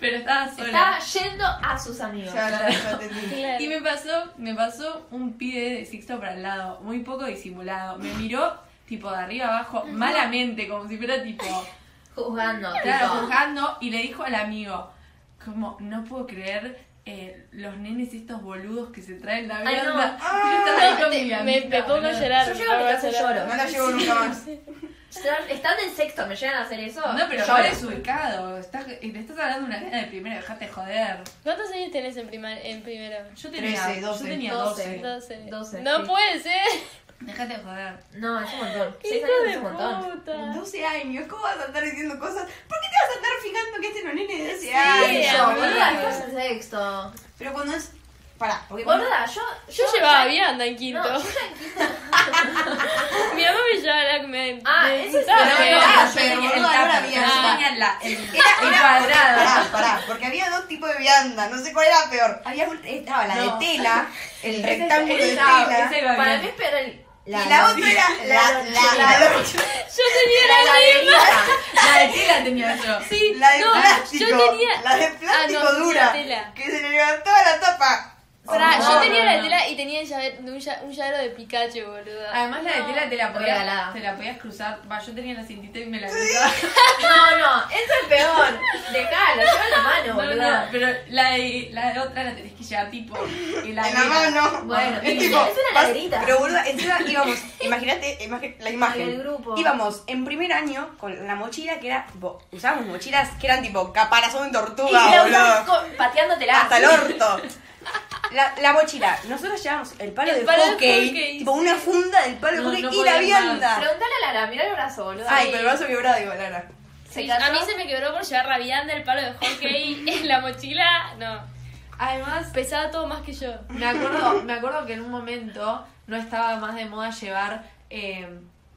Pero estaba sola.
Estaba yendo a sus amigos.
Ya, ya, ya te entendí.
Claro.
Y me pasó, me pasó un pibe de sexto para el lado, muy poco disimulado. Me miró tipo de arriba abajo, malamente, como si fuera tipo,
Juzgando.
claro,
tipo,
jugando, y le dijo al amigo, como, no puedo creer eh, los nenes estos boludos que se traen la
Ay, no.
vianda.
Ah,
Yo estaba ahí
no,
con
te-
mi
me-
amita,
me pongo a
boludo.
llorar.
Yo llego a mi casa y lloro.
No la llevo nunca más.
Están- Están en sexto, me llegan a hacer eso.
No, pero
Lloro.
ahora es ubicado. Estás, eh, le estás hablando a una nena de primero, dejate joder.
¿Cuántos años tenés en, prima- en primero?
Yo tenía,
13,
Yo
12.
tenía
12.
12.
12.
Doce,
no
sí.
puede ser.
Dejate joder.
No, es un montón. Seis
Hijo
años
de
es un montón.
puta.
12 años, ¿cómo vas a andar diciendo cosas? ¿Por qué te vas a andar fijando que este es un nene de 12 años?
Boluda,
boluda?
estás en sexto.
Pero cuando es. Pará, porque cuando.
Boluda, yo.
Yo llevaba
ya-
vianda en quinto.
No,
Mi mamá me llevaba la que me.
Ah,
me
eso es-
gustaba,
pero
pero-
no,
Ah,
pero
yo tenía
boluda,
el
no la
tupper,
había,
yo
ah.
tenía la, el,
Era, era
cuadrada.
Pará, pará, porque había dos tipos de vianda, no sé cuál era peor. Había un- estaba la
No.
de tela, el
Ese-
rectángulo de
ese estaba-
tela.
ese iba
para
bien.
mí es peor el.
y la otra era la, la, la,
Yo tenía la, misma.
La de tela tenía yo.
Sí,
la de
no,
plástico.
Yo tenía.
La de
Ah,
plástico
no, yo tenía
dura.
tela.
Que se le levantaba la tapa. Oh,
Pará,
No,
yo tenía
no,
la de
no.
tela y tenía el llave- un, lla- un llavero de Pikachu, boludo.
Además la de tela te la podías,
Regalada.
te la podías cruzar. Va, yo tenía la cintita y me la cruzaba.
No, no, eso es peor. Dejalo, lleva la mano,
No,
boluda.
no, pero la de, la de otra la tenés que llevar tipo en la,
en la mano.
Bueno,
es,
y
tipo,
es una
vas-
laderita.
Pero boluda, encima íbamos, imagínate imagi- la imagen.
Ay, el grupo.
Íbamos en primer año con la mochila que era tipo, usábamos mochilas que eran tipo caparazón de tortuga,
y la usas
boludo.
con- pateándotela.
Hasta el orto. La, la mochila, nosotros llevábamos el palo,
El
de,
palo de
hockey,
hockey,
tipo una funda del palo
No,
de hockey
no
y la
podía
vianda.
Preguntale a Lara, mirá el brazo, boluda.
Ay, con el brazo vibrado, igual, Lara.
Se
Sí,
cayó.
a mí se me quebró por llevar la vianda, el palo de hockey, en la mochila. No,
Además,
pesaba todo más que yo.
me acuerdo, me acuerdo que en un momento no estaba más de moda llevar eh,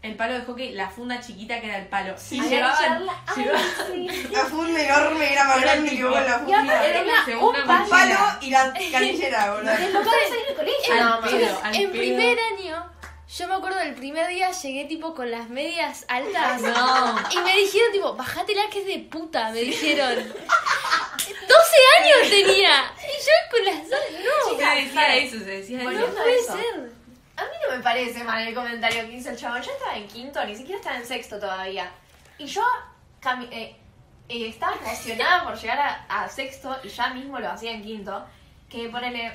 el palo de hockey, la funda chiquita que era el palo. Sí, llevaban,
Agacharla. Ay,
llevaban
sí.
La funda enorme era más
Era
grande que
tipo-
vos la
Y
funda.
aparte
Era
tenía
la segunda
un
El palo
mochila.
y la canillera, boludo.
Mis papás salían del colegio.
Al
No, mamá.
pedo, al
en
pedo.
primer año, yo me acuerdo del primer día llegué tipo con las medias altas.
No.
Y me dijeron tipo, bajátela que es de puta, me dijeron. 12 años tenía. Y yo con las
Se
no.
decía eso, se decía
Bueno,
eso.
No puede
eso.
ser.
A mí no me parece mal el comentario que hizo el chabón. Yo estaba en quinto, ni siquiera estaba en sexto todavía. Y yo cami- eh, eh, estaba emocionada por llegar a, a sexto y ya mismo lo hacía en quinto. Que ponele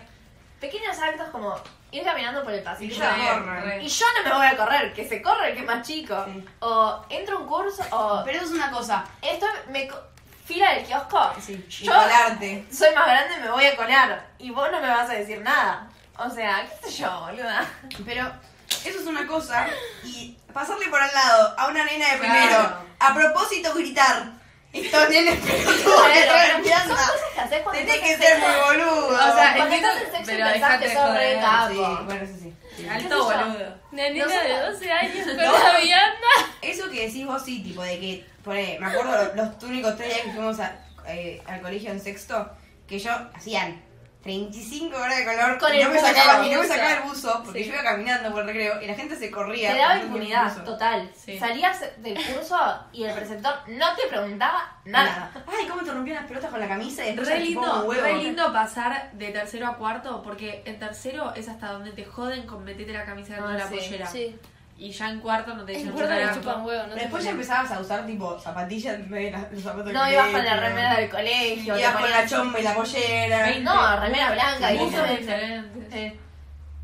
pequeños actos como ir caminando por el pasillo.
yo la gorra.
Y yo no me voy a correr, que se corre el que es más chico.
Sí.
O entro a un curso, o
Pero eso es una cosa.
esto me co- fila del kiosco.
Y
yo
colarte.
soy más grande, me voy a colar. Y vos no me vas a decir nada. O sea, qué sé yo, boluda.
Pero eso es una cosa. Y pasarle por al lado a una nena de primero.
Claro.
A propósito, gritar. Estos nenes pelotudos que traen
Pero son
vianda.
cosas que haces cuando
Tenés que
estás
ser
en
muy
sexo.
boludo.
O sea,
Cuando estás en
entiendo,
sexo
pero
pensás que
dejate
sos
de
re
joder,
Sí,
capo.
bueno, eso sí.
Alto
¿Qué sé yo?
boludo.
Una nena de
Nosotras-
12 años con la vianda.
Eso que decís vos, sí, tipo de que, por ahí, me acuerdo los, los únicos tres días que fuimos a- eh, al colegio en sexto, que yo hacían 35 horas de color
Con
y,
el
no me
buzo,
sacaba,
el
y no me
buzo.
sacaba el buzo, porque
Sí.
yo iba caminando por el recreo y la gente se corría.
Te daba
porque no tenía
impunidad,
buzo.
total.
Sí.
Salías del curso y el preceptor no te preguntaba nada.
Ay, cómo te rompían las pelotas con la camisa y después
Re
te chupaba un
lindo,
huevo.
re lindo pasar de tercero a cuarto, porque en tercero es hasta donde te joden con meterte la camisa dentro
Ah,
de la
sí.
pollera.
Sí,
Y ya en cuarto no te
en
dicen
cuarto le
nada.
chupan huevo, no
Pero después ya empezabas a usar tipo zapatillas en vez de las- los zapatos
No
que
ibas
tenés,
con la
pero-
remera del colegio. te
Ibas con la
ponías-
chomba y la pollera.
Veinte.
No, remera blanca. y
Mucho
eso.
Muchos diferentes.
Eh,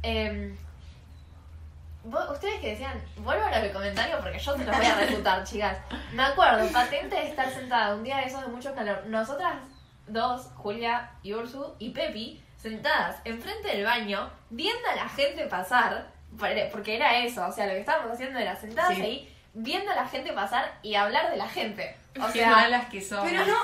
em, vos- Ustedes que decían, vuelvan a mi comentario porque yo se los voy a refutar, chicas. Me acuerdo, patente de estar sentada un día de esos de mucho calor. Nosotras dos, Julia y Ursu y Pepi, sentadas enfrente del baño, viendo a la gente pasar, por- porque era eso, o sea, lo que estábamos haciendo era sentadas
Sí.
ahí, viendo a la gente pasar y hablar de la gente. O
Qué
sea,
malas que son.
Pero no,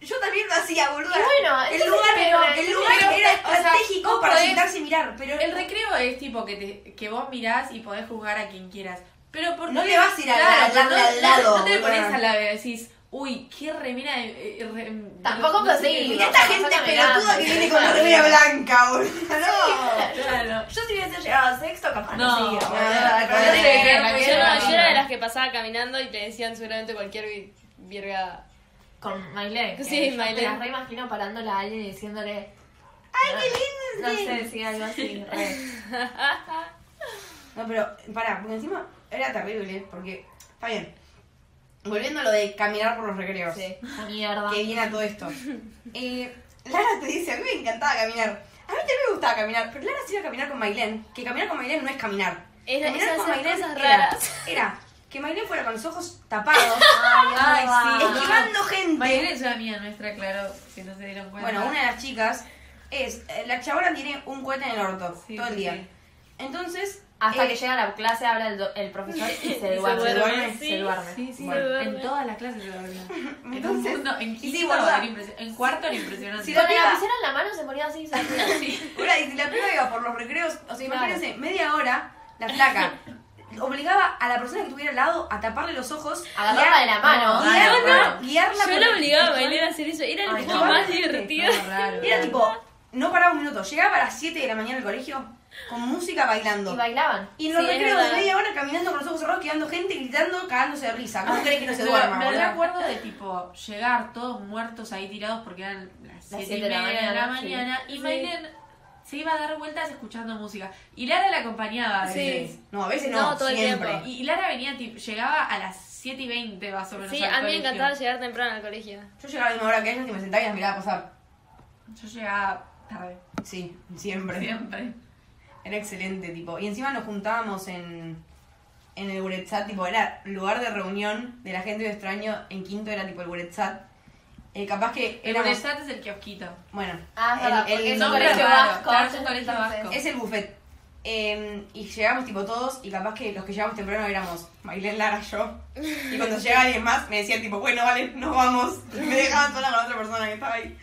yo también lo hacía, boludo.
y bueno,
El
entonces
lugar,
me-
era, el lugar
pero,
era
o sea,
estratégico
vos
para
podés-
sentarse y mirar, pero
El recreo es tipo que, te, que vos mirás y podés juzgar a quien quieras. Pero por
No
qué-
le vas a ir a hablarle
no-
al lado,
No te
boluda.
pones a la vez, decís, uy, qué remera. de- eh, re-
Tampoco
no sé
conseguí.
qué-
Mira esta gente
Pasando
pelotuda
mirando,
que
sí,
viene con la
claro.
remera blanca, boludo. No.
Claro.
Yo si hubiese
llegaba a sexto, capaz
No,
no, seguía.
no,
boluda,
no, no,
¿entendés?
no, no,
Yo,
no,
no- yo era de las que pasaba caminando y te decían seguramente cualquier vi- virga.
Con Maylene. que
Sí,
yo
Maylene.
Me las reimagino parándola a alguien y diciéndole. ¡Ay, qué lindo! No sé, sí, algo así. eh, re.
No, pero pará, porque encima era terrible, porque está bien. Volviendo a lo de caminar por los recreos,
Sí, esa mierda.
que viene a todo esto. Eh, Lara te dice, a mí me encantaba caminar. A mí también me gustaba caminar, pero Lara se iba a caminar con Mailén, que caminar con Mailén no es caminar.
Era-
caminar
es hacer
Mailén
cosas
era-
raras.
Era, que Mailén fuera con los ojos tapados,
Ay,
sí.
Ah, esquivando gente.
Maylene es una mía nuestra, claro, si no se dieron cuenta.
Bueno, una de las chicas es, eh, la chabona tiene un cohete en el orto
Sí,
todo el
sí,
día.
sí.
Entonces,
Hasta
eh,
que llega la clase, habla el, do- el profesor y se duerme.
duerme,
sí.
Se duerme.
Sí, sí,
Bueno.
en todas las clases se dormía. En un
Entonces,
mundo, en
y sí,
quinto,
boluda.
era impresio- en cuarto era impresionante.
Sí,
Con
Iba.
la lapicera en la mano se ponía así. se hacía así.
Boluda, y si la piba iba por los recreos, o sea,
Claro.
imagínense, media hora, la flaca obligaba a la persona que tuviera al lado a taparle los ojos.
Agarrarla
guiar-
de la Ah, mano.
Guiarla,
Ay, no.
guiarla
Yo
por-
la obligaba a bailar a hacer eso. Era el
Ay,
juego
no.
más
Sí,
divertido.
Todo raro.
Y Era tipo, no paraba un minuto, llegaba a las 7 de la mañana al colegio con música bailando.
Y bailaban.
Y en los
Sí, es
recreos de
verdad.
media hora caminando con los ojos cerrados, quedando gente gritando, cagándose de risa. ¿Cómo crees que no se
Me-
duerma,
Me
boluda?
recuerdo de tipo llegar todos muertos ahí tirados porque eran las
Las
7 y
siete de la
media de la
mañana, sí.
mañana y
Sí.
Maylen se iba a dar vueltas escuchando música. Y Lara la acompañaba a
Sí.
veces.
No, a veces no,
No, todo el
siempre.
tiempo.
Y y Lara venía, tipo, llegaba a las 7 y 20 más o menos.
Sí,
al
a mí me
colegio.
encantaba llegar temprano al colegio.
Yo llegaba a la misma hora que ellos y me sentaba y las miraba pasar.
Yo llegaba tarde,
Sí, siempre.
siempre.
Era excelente, tipo. Y encima nos juntábamos en, en el Guretzat, tipo, era lugar de reunión de la gente de extraño. En quinto era tipo el Guretzat. Eh, capaz que
El
era.
Morestat es el kiosquito.
Bueno,
Ah, es verdad,
el- el,
porque es un
nombre
era
colegio
raro.
vasco.
Claro, es un colegio
entonces.
vasco.
es el buffet. Eh, y llegamos tipo todos y capaz que los que llegamos temprano éramos Maylene Lara, yo. Y cuando llegaba alguien más me decían tipo, bueno, vale, nos vamos. Y me dejaban sola con otra persona que estaba ahí.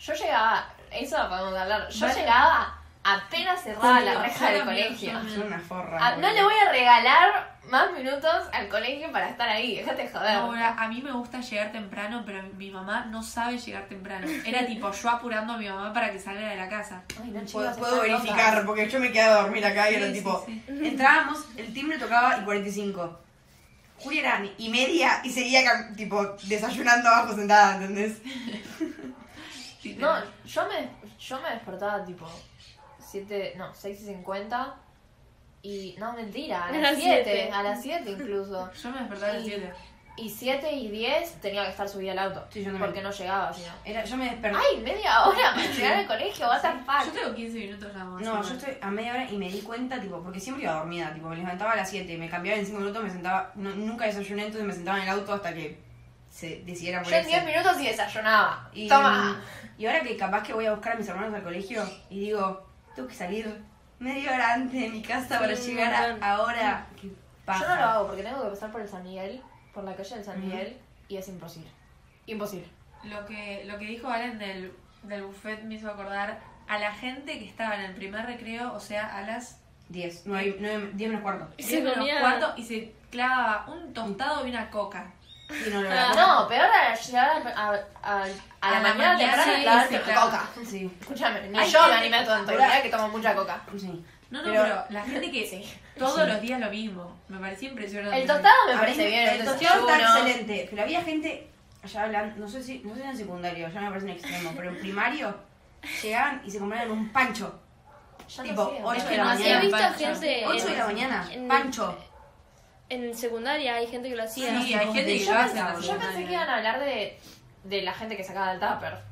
Yo llegaba, eso podemos hablar. Yo
Vale.
llegaba apenas cerrada la
Yo
reja del
también,
colegio.
yo
Yo una forra.
Ah, no le voy a regalar más minutos al colegio para estar ahí, déjate de joder.
Ahora, a mí me gusta llegar temprano, pero mi mamá no sabe llegar temprano. Era tipo yo apurando a mi mamá para que salga de la casa.
Ay, no,
Puedo,
chicos,
puedo
están locas.
verificar, porque yo me quedaba a dormir acá y
Sí,
era
sí,
tipo.
sí.
Entrábamos, el timbre tocaba y 45. Julia era ni- y media y seguía cam- tipo desayunando abajo sentada, ¿entendés?
No, yo me, yo me despertaba tipo 7, no, 6 y 50 y no, mentira, a
A
las
las
7,
siete.
a las 7 incluso.
Yo me despertaba a las
Sí.
7.
Y 7 y 10 tenía que estar subida al auto,
Sí, yo también.
porque no llegaba, sino.
Era, yo me desperté.
Ay, media hora para llegar al colegio, what the
Yo
Ah,
fuck.
tengo 15 minutos nada más.
No,
igual.
yo estoy a media hora y me di cuenta, tipo, porque siempre iba dormida, tipo, me levantaba a las 7, me cambiaba en 5 minutos, me sentaba, no- nunca desayuné, entonces me sentaba en el auto hasta que se decidiera
Yo en 10
ponerse.
minutos y desayunaba.
Y,
Toma.
y ahora que capaz que voy a buscar a mis hermanos al colegio y digo, tengo que salir media hora antes de mi casa para
Sí,
llegar
un montón.
a ahora. Qué paja.
Yo no lo hago porque tengo que pasar por el San Miguel, por la calle del San
Ujú.
Miguel, y es imposible. Imposible.
Lo que, lo que dijo Valen del, del buffet me hizo acordar a la gente que estaba en el primer recreo, o sea, a las
10, 9, 9, 10 menos cuarto.
Y
10
se
menos
comía.
cuarto y se clavaba un tostado y una coca.
Y no lo
Ah,
hago.
No, peor era llegar a, a, a, a la
A la
mañana
mañana,
temprano
sí,
y clavarte
sí,
con
claro.
coca.
Sí,
Escúchame, ni
Ay,
yo
sí.
me animé a tanto. Y
Hola.
mirá que tomo mucha coca.
sí.
No, no,
Pero-
pero, la gente que todos los días lo mismo. Me parecía impresionante.
El tostado me
A
parece
mí-
bien,
El tostado está
desayuno.
excelente. Pero había gente, ya hablan, no sé si, no sé si en secundario, ya me parece un extremo, pero en primario llegaban y se compraban un pancho.
Ya no
Tipo,
sé,
ocho
¿no?
de la
No,
mañana.
sí, he visto
Pancho.
Eh,
gente.
8 de
en-
la mañana,
en-
pancho.
En secundaria hay gente que lo hacía.
Sí, hay gente que
Yo
lo hace.
pensaba-
en la
Yo pensé
secundaria.
que iban a hablar de, de la gente que sacaba del tupper.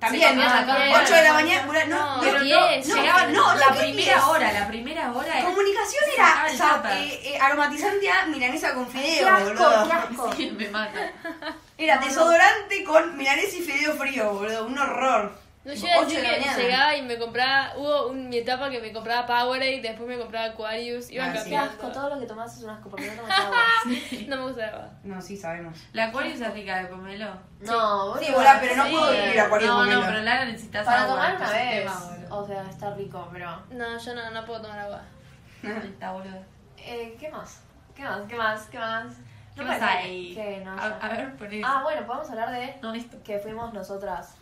También,
comían
ah,
la coca.
8 de la mañana, boluda, no,
No,
no,
Pero
Diez,
no,
no,
llegaban
no,
la
no, ¿qué diez?
primera hora, la primera hora era-
Comunicación
Sacaba
era
el
sa-
tupper.
eh, eh, aromatizante a milanesa con
Qué
fideo,
asco, qué
boludo.
asco.
Sí, me mata.
Era desodorante con milanesa y fideo frío, boludo. Un horror.
No, yo
Tipo,
iba a
ocho
decir
de la
que
mañana.
llegaba y me compraba. Hubo un- mi etapa que me compraba Powerade, después me compraba Aquarius. Iba
Ah, sí.
Qué
cambiando.
asco, todo lo que tomás es un asco, porque no tomas agua.
No me gustaba.
No, sí, sabemos.
La Aquarius es rica de pomelo.
No, boludo.
Sí, boluda, pero no
Sí.
puedo vivir acuario
No,
pomelo.
no, pero Lara necesitas
Para
agua.
tomar
tu
una vez.
sistema, boludo.
O sea, está rico, pero.
No, yo no, no puedo tomar agua.
Está, boludo.
Eh, ¿Qué más? ¿Qué más? ¿Qué más? ¿Qué más?
¿Qué
No
más
parece
hay?
que no
a,
haya.
a ver, poné.
Ah, bueno, podemos hablar de
no, esto.
que fuimos nosotras.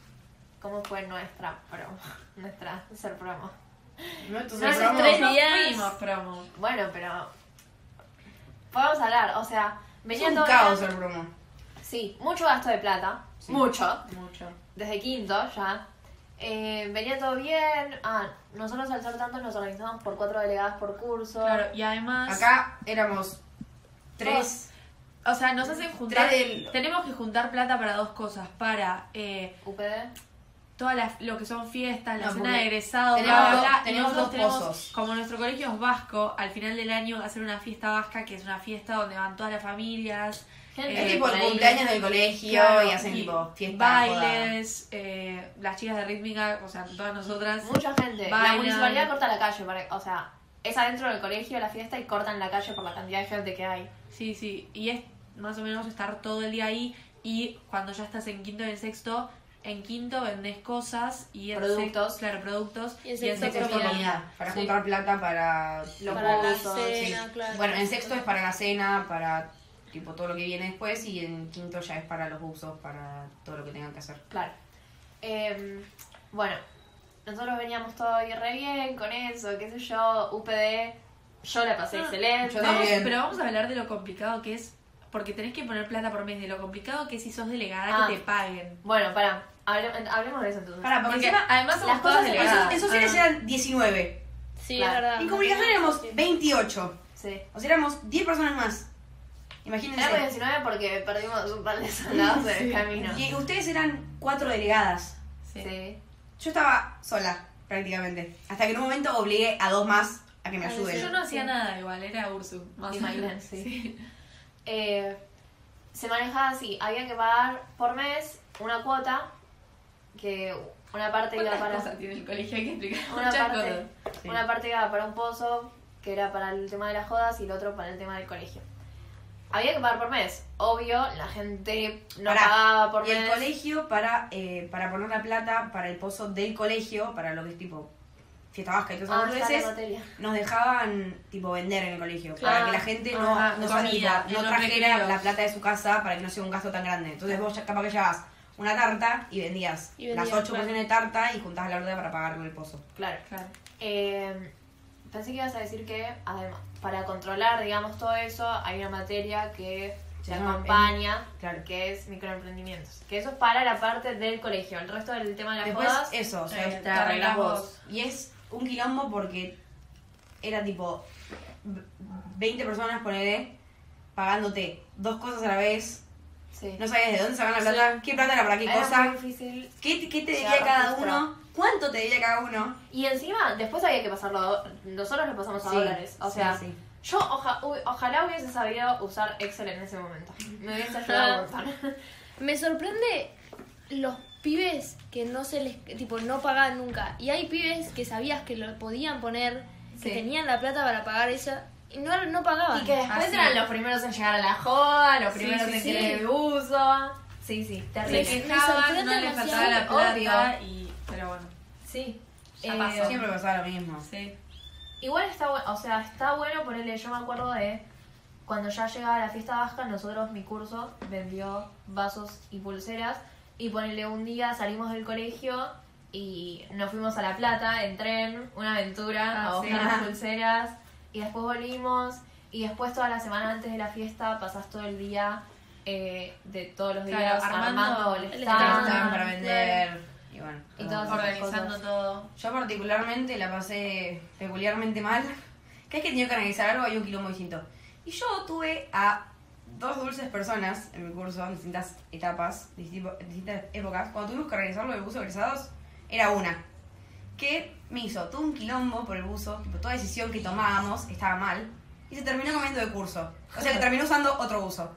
¿Cómo fue nuestra promo? Nuestra ser promo.
No,
No,
entonces
hace
promo.
tres
no
días.
fuimos promo.
Bueno, pero. Podemos hablar, o sea,
Es
venía
un
todo.
caos el promo.
Sí, mucho gasto de plata. Mucho.
Mucho.
Desde quinto ya. Eh, venía todo bien. Ah, nosotros al ser tantos nos organizamos por cuatro delegadas por curso.
Claro, y además.
Acá éramos tres.
O sea, nos hacen juntar.
Tres del-
Tenemos que juntar plata para dos cosas: para eh,
UPD.
todas las, lo que son fiestas, la
No,
cena
porque
de egresados,
tenemos
bla, bla,
dos-
bla, y
tenemos
nosotros
dos pozos.
Como nuestro colegio es vasco, al final del año hacer una fiesta vasca, que es una fiesta donde van todas las familias.
Gente
Eh,
es tipo
por
el
ahí.
cumpleaños del colegio
Claro,
y hacen tipo fiesta. joda.
Bailes, eh, las chicas de rítmica, o sea, todas nosotras.
Mucha gente. La
Bailan.
municipalidad corta la calle. para- o sea, es adentro del colegio la fiesta y cortan la calle por la cantidad de gente que hay.
Sí, sí, y es más o menos estar todo el día ahí y cuando ya estás en quinto y en sexto, en quinto vendes cosas y en
Productos.
sec- claro, productos
Y en
Y en sexto comida. Para
Sí.
juntar plata para...
Lo
Para la
cursos,
cena,
sí.
claro.
Bueno, en sexto es para la cena, para tipo todo lo que viene después y en quinto ya es para los usos, para todo lo que tengan que hacer.
Claro. Em, bueno, nosotros veníamos todo ahí re bien con eso, qué sé yo, UPD. Yo la pasé
Ah,
excelente.
yo
Vamos,
también.
pero vamos a hablar de lo complicado que es, porque tenés que poner plata por mes, de lo complicado que es si sos delegada
Ah.
que te paguen.
Bueno, pará, hable- hablemos de eso entonces.
Pará, porque
Porque
encima...
además somos
las
todas
cosas-
delegadas.
En sociales
Ah.
eran 19.
Sí,
Claro.
es verdad.
En comunicación éramos 28.
Sí.
O sea, éramos 10 personas más.
Éramos
Imagínense.
19 porque perdimos un par de soldados en el camino.
Y ustedes eran cuatro delegadas.
Sí.
Sí.
Yo estaba sola, prácticamente. Hasta que en un momento obligué a dos más a que me
A decir,
ayuden.
Yo no hacía
Sí.
nada igual, era Ursu, más o
Imagínate,
menos.
sí.
Sí.
Eh, se manejaba así, había que pagar por mes una cuota, que una parte iba
¿Cuántas
para...
cosas tiene el colegio? Hay que explicar
Una
muchas
parte.
cosas.
Sí.
Una parte iba para un pozo, que era para el tema de las jodas, y el otro para el tema del colegio. Había que pagar por mes. Obvio, la gente no
Pará,
pagaba por
Y el
mes.
colegio para, eh, para poner la plata para el pozo del colegio, para lo que es tipo fiesta vasca y todas
Ah,
esas
está la
veces,
materia.
nos dejaban tipo vender en el colegio.
Ah,
para que la gente no,
ah,
no,
comida,
salida,
en
no
los
trajera
recreos.
la plata de su casa para que no sea un gasto tan grande. Entonces vos ya- capaz que llevabas una tarta y vendías,
Y vendías,
las ocho
claro.
porciones de tarta y juntabas la plata para pagar con el pozo.
Claro.
Claro.
Eh, pensé que ibas a decir que, además, para controlar, digamos, todo eso, hay una materia que
Se
te
llama-
acompaña,
Claro.
que es microemprendimientos. Que eso es para la parte del colegio. El resto del tema de las
Después
jodas...
eso, o sea,
Eh,
te arreglas vos. Y es un quilombo porque era tipo v- 20 personas ponele pagándote dos cosas a la vez.
Sí.
No sabías de dónde sacaban la plata, qué plata era para qué
Era muy
cosa,
difícil.
qué, qué te
Ya,
debía cada
registro.
uno, cuánto te debía cada uno.
Y encima, después había que pasarlo a do- Nosotros lo pasamos a
Sí,
dólares. O
sí,
sea,
sí.
yo oja- uy, ojalá hubiese sabido usar Excel en ese momento. Me hubiese ayudado un montón.
Me sorprende los pibes que no se les tipo no pagaban nunca y hay pibes que sabías que lo podían poner que
Sí.
tenían la plata para pagar eso y no no pagaban
Y que después
Así.
eran los primeros en llegar a la joda, los
Sí,
primeros
sí,
en
sí.
querer el uso. Sí, sí,
Se
Me-
terrible.
Sí.
quejaban, no
sorprende
les
demasiado,
faltaba la plata
obvio.
y... Pero bueno,
Sí.
Ya
Eh,
pasó.
Siempre pasaba lo mismo.
sí.
Igual está bueno, o sea, está bueno ponerle, yo me acuerdo de cuando ya llegaba la fiesta vasca, nosotros, mi curso, vendió vasos y pulseras y ponerle un día salimos del colegio y nos fuimos a La Plata en tren, una aventura,
Ah,
a buscar
sí.
las pulseras y después volvimos y después toda la semana antes de la fiesta pasás todo el día eh, de todos los
Claro,
días
armando
armando, el
el
stand.
Estaban
stand.
para vender. Y bueno,
Ah, Y
perdón.
todas
Organizando
cosas.
todo.
Yo particularmente la pasé peculiarmente mal. Cada vez que tenía que analizar algo hay un quilombo distinto. Y yo tuve a dos dulces personas en mi curso, en distintas etapas, distinto- distintas épocas. Cuando tuvimos que organizarlo del buzo de egresados, era una. Que me hizo todo un quilombo por el buzo, tipo, toda decisión que tomábamos estaba mal. Y se terminó comiendo de curso. O sea que terminó usando otro buzo.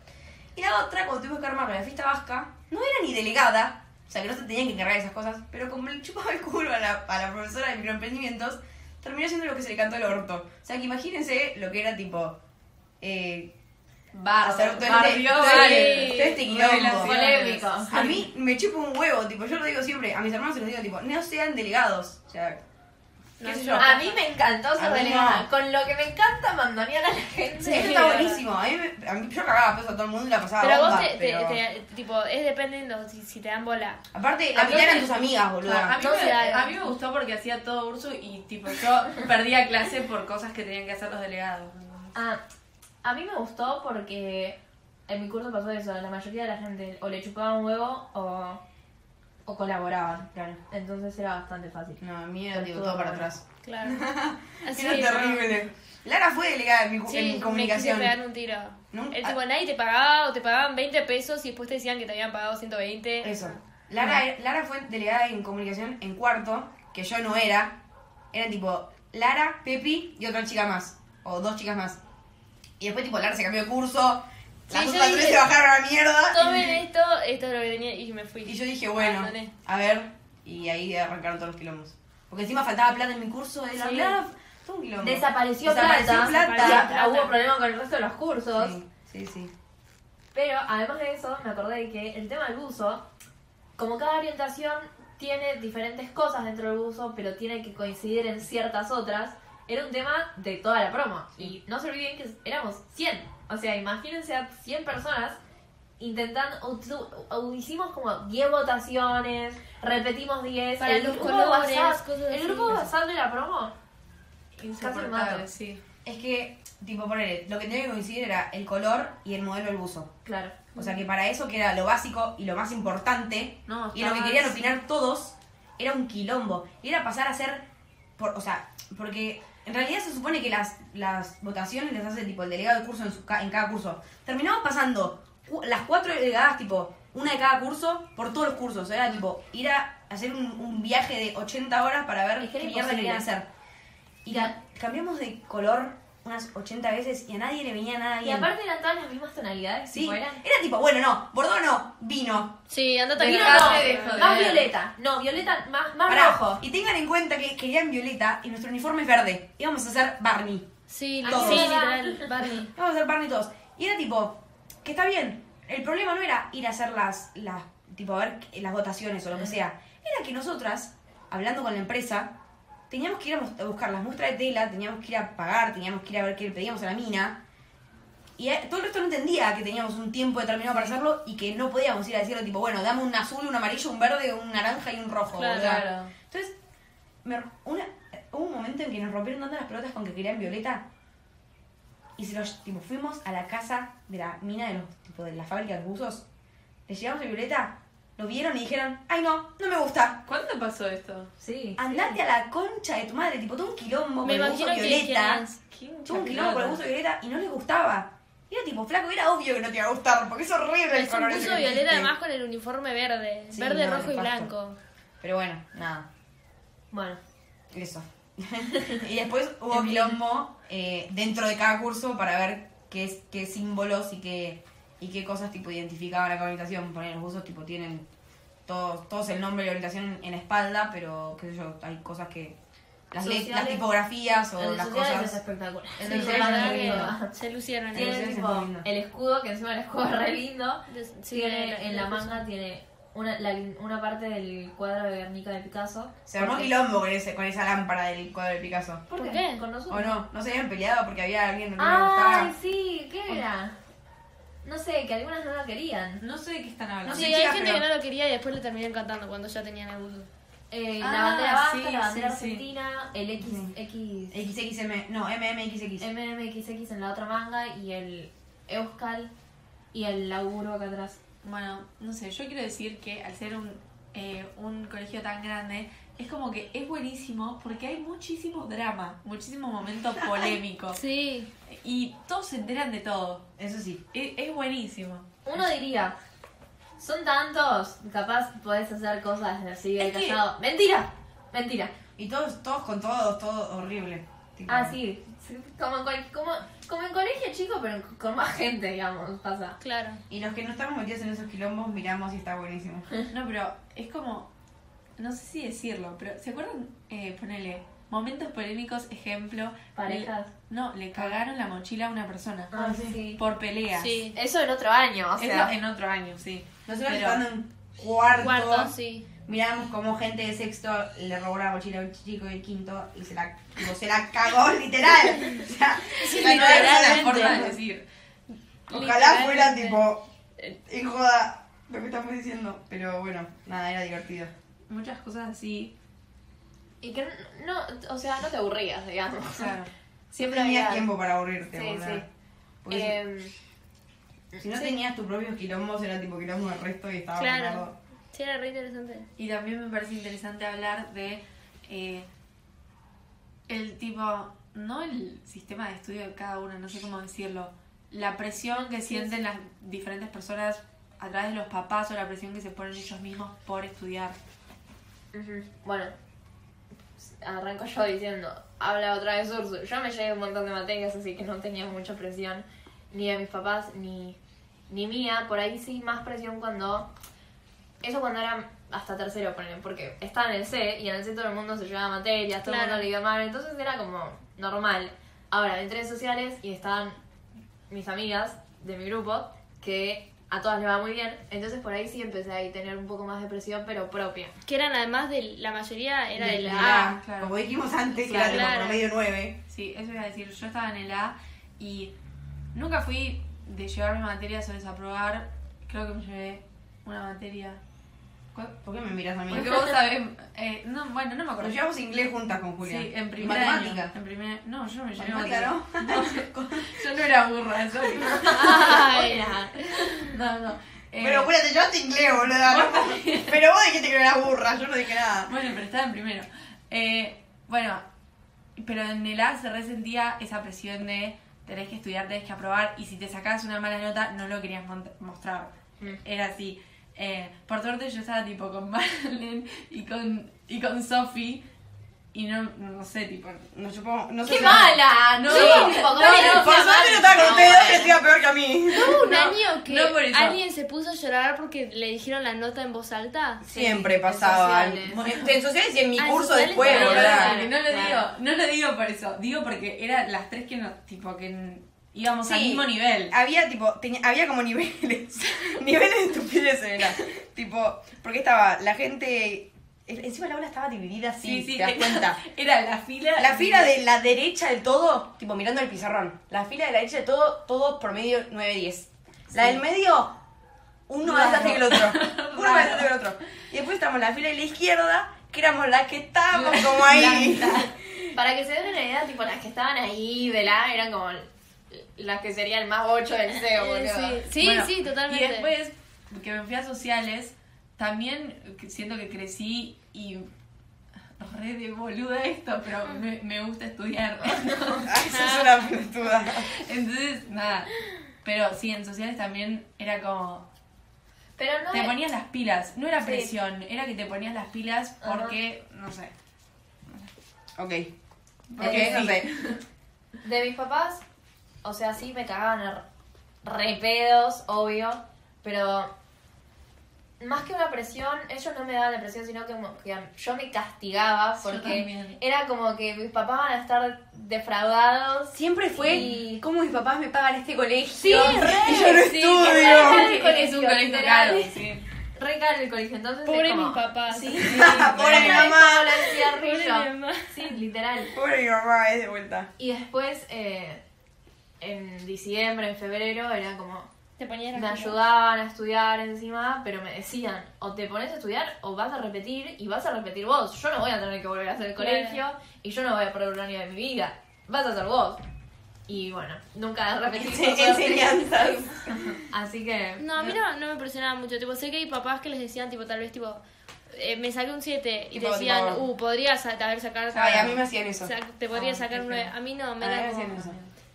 Y la otra, cuando tuvimos que armar la fiesta vasca, no era ni delegada, o sea que no se tenían que encargar de esas cosas, pero como le chupaba el culo a la, a la profesora de microemprendimientos, terminó haciendo lo que se le cantó el orto. O sea que imagínense lo que era tipo. Eh,
Bar,
hacer todo este,
barrio,
todo
vale.
este- todo este
Relaciones.
quilombo.
Polémico.
A mí me chupa un huevo, tipo, yo lo digo siempre, a mis hermanos se los digo, tipo, no sean delegados. O sea,
¿Qué sé yo?
Ah,
A mí me encantó
A
ser
mí
relegada.
no.
Con lo que me encanta mandonear a la gente.
Sí, está buenísimo. A mí, me- a mí- yo cagaba pues a todo el mundo y la pasaba
Pero
bomba.
vos te, te-
pero...
te- tipo, es dependiendo si, si te dan bola.
Aparte, la
Aparte-
mitad eran tus amigas,
A
boluda.
mí,
No
me,
se haga.
a mí me gustó porque hacía todo Ursu y tipo yo perdía clase por cosas que tenían que hacer los delegados.
Ah, a mí me gustó porque en mi curso pasó eso. La mayoría de la gente o le chupaban huevo o, o colaboraban.
Claro.
Entonces era bastante fácil.
No, a mí era
Pero
tipo,
estuvo
todo para
bueno.
atrás.
Claro. Así
Era terrible. Lara fue delegada en mi, cu-
Sí,
en mi
me
comunicación. Ah.
quise pegar un tiro.
Nunca-
El tipo, nadie te pagaba o te pagaban 20 pesos y después te decían que te habían pagado 120.
Eso. Lara, Lara fue delegada en comunicación en cuarto, que yo no era. Era tipo Lara, Pepi y otra chica más. O dos chicas más. Y después tipo Lara se cambió de curso.
Sí,
Las
yo
otras tres
dije-
se bajaron a la mierda.
Tomen esto, esto es lo que tenía y me fui.
Y yo dije, bueno,
Abandoné.
a ver. Y ahí arrancaron todos los quilombos. Porque encima faltaba plata en mi curso. Era
Sí.
Lara, todo un quilombo.
Desapareció,
Desapareció
plata.
plata.
y hasta hubo problema con el resto de los cursos.
Sí, sí, sí.
Pero además de eso, me acordé de que el tema del buzo, como cada orientación tiene diferentes cosas dentro del buzo, pero tiene que coincidir en ciertas otras, era un tema de toda la promo. Y no se olviden que éramos 100. O sea, imagínense a 100 personas intentando. o tu- o hicimos como 10 votaciones, repetimos 10.
Para
el
los
grupo
colores,
de WhatsApp,
cosas
el
así.
grupo de WhatsApp de la promo. mato.
Insoportable, sí.
Es que, tipo, ponele, lo que tenía que coincidir era el color y el modelo del buzo.
Claro.
O sea que para eso, que era lo básico y lo más importante,
No,
y lo que
estaba-
querían opinar todos, era un quilombo. Y era pasar a ser. Por, o sea, porque en realidad se supone que las, las votaciones las hace tipo el delegado de curso en, su ca- en cada curso. Terminamos pasando cu- las cuatro delegadas, tipo, una de cada curso, por todos los cursos. Era tipo ir a hacer un, un viaje de 80 horas para ver
Es
qué
que era
mierda
imposible.
querían hacer. Y la- cambiamos de color unas 80 veces y a nadie le venía nada
Y
bien.
aparte eran todas las mismas tonalidades.
Sí,
tipo, eran-
era tipo, bueno, no, bordo no, vino.
Sí, andate
Pero
aquí.
Vino
acá
no,
me dejó de
más
ver.
violeta. No, violeta, más, más
Pará,
rojo.
Y tengan en cuenta que querían violeta y nuestro uniforme es verde. Íbamos a hacer Barney.
Sí,
Todos.
sí, literal, Barney.
Íbamos a hacer Barney todos. Y era tipo, que está bien. El problema no era ir a hacer las, las tipo, a ver qué- las votaciones o lo que
Mm.
sea. Era que nosotras, hablando con la empresa, teníamos que ir a mos- a buscar las muestras de tela, teníamos que ir a pagar, teníamos que ir a ver qué le pedíamos a la mina. Y eh, todo el resto no entendía que teníamos un tiempo determinado para hacerlo y que no podíamos ir a decirle, tipo, bueno, dame un azul, un amarillo, un verde, un naranja y un rojo.
Claro.
boluda. Entonces, me- una- hubo un momento en que nos rompieron tanto las pelotas con que querían Violeta. Y se los, tipo, fuimos a la casa de la mina de los, tipo, de la fábrica de buzos. Le llevamos a Violeta, lo vieron y dijeron, ay no, no me gusta.
¿Cuándo pasó esto?
Sí.
Andate a la concha de tu madre, tipo, todo un quilombo
Me
con el buzo
imagino que
Violeta.
dijeras,
Todo un quilombo con el buzo Violeta y no les gustaba. Y era tipo, flaco, era obvio que no te iba a gustar, porque es horrible el
Es un
color ese
buzo
que
violeta
elegiste".
además con el uniforme verde.
Sí,
verde,
no,
rojo y
nefasto.
blanco.
Pero bueno, nada.
Bueno,
Eso. y después hubo quilombo eh, dentro de cada curso para ver qué, es- qué símbolos y qué, y qué cosas tipo identificaban a cada orientación. Poner los buzos tipo tienen todos, todos el nombre y la orientación en la espalda, pero qué sé yo, hay cosas que... Las, le- las
Sociales.
tipografías o
el
las
social es
cosas...
espectacular.
El
Sí,
del
la
Real
verdad
Madrid,
que
¿no?
se lucieron.
Sí.
Tiene
es
tipo
muy lindo.
el escudo, que encima el escudo es re lindo.
Sí,
tiene, en la
cosa.
manga tiene una, la lin- una parte del cuadro de Guernica de Picasso.
Se armó
Porque-
quilombo con, ese, con esa lámpara del cuadro de Picasso.
¿Por
¿Por
qué?
qué?
Con nosotros.
¿O no? ¿No se habían peleado porque había alguien que no le
Ay,
gustaba?
sí, ¿qué era? No sé, que algunas no lo querían.
No sé de qué están hablando.
No
Sí,
sé,
hay
chicas,
gente
pero-
que no lo quería y después le terminé encantando cuando ya tenían el buzo.
Eh, la
Ah,
bandera vasca,
sí,
la bandera
sí, sí.
argentina, el X,
Sí.
X,
XXM... No, MMXX.
MMXX en la otra manga y el Euskal y el laburo acá atrás.
Bueno, no sé, yo quiero decir que al ser un, eh, un colegio tan grande, es como que es buenísimo porque hay muchísimo drama, muchísimo momento polémico.
Sí.
Y todos se enteran de todo.
Eso sí.
Es, es buenísimo.
Uno diría, son tantos, capaz podés hacer cosas así de
Es que-
callado. ¡Mentira! Mentira.
Y todos, todos con todos, todo horrible. Tipo,
Ah, sí. sí, Como en, cual- como, como en colegio chico, pero con más gente, digamos, pasa.
Claro.
Y los que no estamos metidos en esos quilombos miramos y está buenísimo.
No, pero es como. No sé si decirlo, pero ¿se acuerdan? Eh, ponele. Momentos polémicos, ejemplo.
Parejas.
le- no, le cagaron la mochila a una persona.
Ah, sí.
Por peleas.
Sí.
Eso en otro año, o
Eso
sea.
en otro año, sí.
Nosotros
Pero-
estando en cuarto,
Cuarto, sí.
mirábamos cómo gente de sexto le robó la mochila a un chico de quinto y se la, tipo, se la cagó, literal. O sea, la nueva
Literalmente.
forma de decir. Ojalá fuera tipo. En joda lo que estamos diciendo. Pero bueno, nada, era divertido.
Muchas cosas así.
Y que no, o sea, no te aburrías, digamos.
Claro.
Siempre
tenías
había-
tiempo para aburrirte,
Sí,
boluda.
sí. Eh,
Porque
Em,
si- si no tenías tus propios quilombos, era tipo quilombo el resto y estaba
Ah, Claro.
guardado.
Sí, era re interesante.
Y también me parece interesante hablar de eh, el tipo, no el sistema de estudio de cada uno, no sé cómo decirlo, la presión que sienten las diferentes personas a través de los papás o la presión que se ponen ellos mismos por estudiar.
ujú. Bueno, arranco yo diciendo, habla otra vez Ursu. Yo me llevé un montón de materias, así que no tenía mucha presión, ni de mis papás, ni, ni mía. Por ahí sí, más presión cuando... Eso cuando era hasta tercero, ponen, porque estaba en el C y en el C todo el mundo se llevaba materias, todo el
Claro.
mundo le iba mal, entonces era como normal. Ahora, entré en sociales y estaban mis amigas de mi grupo que a todas les va muy bien, entonces por ahí sí empecé a tener un poco más de presión, pero propia.
Que eran además de la mayoría era de,
De
la A.
Ah, claro.
Como dijimos antes, que era tipo
Claro.
promedio 9.
Sí, eso iba a decir, yo estaba en el A y nunca fui de llevarme materias o desaprobar, creo que me llevé una materia. ¿Cuál?
¿Por qué me miras a mí?
Porque vos sabés, eh, no, bueno, no me acuerdo.
Nos llevamos inglés juntas con Julia.
Sí, en primer
Matemática.
año, en primer- no, yo no me llevé
Matemática,
materia.
¿no?
Yo no era burra, sorry.
Ay,
No, no. eh,
Pero Julia, te llevaste inglés, boluda. ¿no? Pero vos dijiste que no eras burra, yo no dije nada.
Bueno, pero estaba en primero. Eh, bueno, pero en el A se resentía esa presión de tenés que estudiar, tenés que aprobar y si te sacabas una mala nota no lo querías mont- mostrar.
Mm.
Era así. Eh, por suerte yo estaba tipo con Marlene y con, y con Sophie y no, no sé, tipo...
No, yo pongo- no sé
¡Qué
si-
mala! No, sí, tipo, ¿cómo le
Por
decía
suerte no
mala?
estaba con ustedes dos, que les iba peor que a mí.
Hubo un
No,
año que
no por eso.
alguien se puso a llorar porque le dijeron la nota en voz alta.
Siempre
en
pasaba.
sociales.
En en sociales y en mi
Ah, en
curso
sociales
después,
también,
boluda.
no lo
claro.
digo, no lo digo por eso, digo porque eran las tres que no, tipo que n- íbamos al
Sí. Ah,
mismo nivel.
Había tipo, tenía- había como niveles, niveles de estupidez era. tipo, porque estaba la gente, en- encima la aula estaba dividida así, te das cuenta.
Era la fila.
La fila de la derecha del todo, tipo mirando el pizarrón. La fila de la derecha del todo, todo promedio 9-10. La del medio, uno más
Raro.
alto que el otro. Uno más alto que el otro. Y después estábamos en la fila de la izquierda, que éramos las que estábamos como ahí.
Para que se den una idea, tipo, las que estaban ahí de la eran como las que serían más 8 del CEO,
Eh,
boludo.
sí, sí,
Bueno,
sí, totalmente.
Y después, que me fui a sociales, también que siento que crecí y. Re de boluda esto, pero me, me gusta estudiar.
Ay, sos una pelotuda.
Entonces, nada. Pero sí, en sociales también era como.
Pero no
Te
es-
ponías las pilas. No era
Sí.
presión, era que te ponías las pilas
Ajá.
porque. No sé.
Ok. Ok,
Porque
no
sí.
sé.
de mis papás, o sea, sí me cagaban a re pedos, obvio, pero más que una presión, ellos no me daban la presión, sino que, como que yo me castigaba
Yo
porque
también.
era como que mis papás van a estar defraudados.
Siempre fue
Y-
cómo mis papás me pagan este colegio.
Sí, re,
Y yo no
sí,
estudio.
Era el colegio,
es un colegio
literal.
caro. Sí.
Re caro el colegio, entonces
Pobre
es como,
mis papás.
Sí,
Pobre mi
Otra vez
mamá.
como lo decía
Pobre mi
Rillo.
mamá.
Sí, literal.
Pobre mi mamá, es de vuelta.
Y después, eh, en diciembre, en febrero, era como.
Te ponías
Me
las pilas.
ayudaban a estudiar encima, pero me decían: o te pones a estudiar o vas a repetir y vas a repetir vos. Yo no voy a tener que volver a hacer el
Claro.
colegio y yo no voy a perder un año de mi vida. Vas a ser vos. Y bueno, nunca repetí. cosas.
Enseñanzas.
Así que.
No, a mí no, no me impresionaba mucho. Tipo, sé que hay papás que les decían, tipo, tal vez, tipo, eh, me saqué un 7 y
Tipo,
te decían,
tipo-
uh, podrías sa- haber sacado.
Ay, a mí me hacían eso.
sa- te podrías
Ah,
sacar un
qué feo.
9. A mí no, me
A mí
da
me
como-
hacían eso.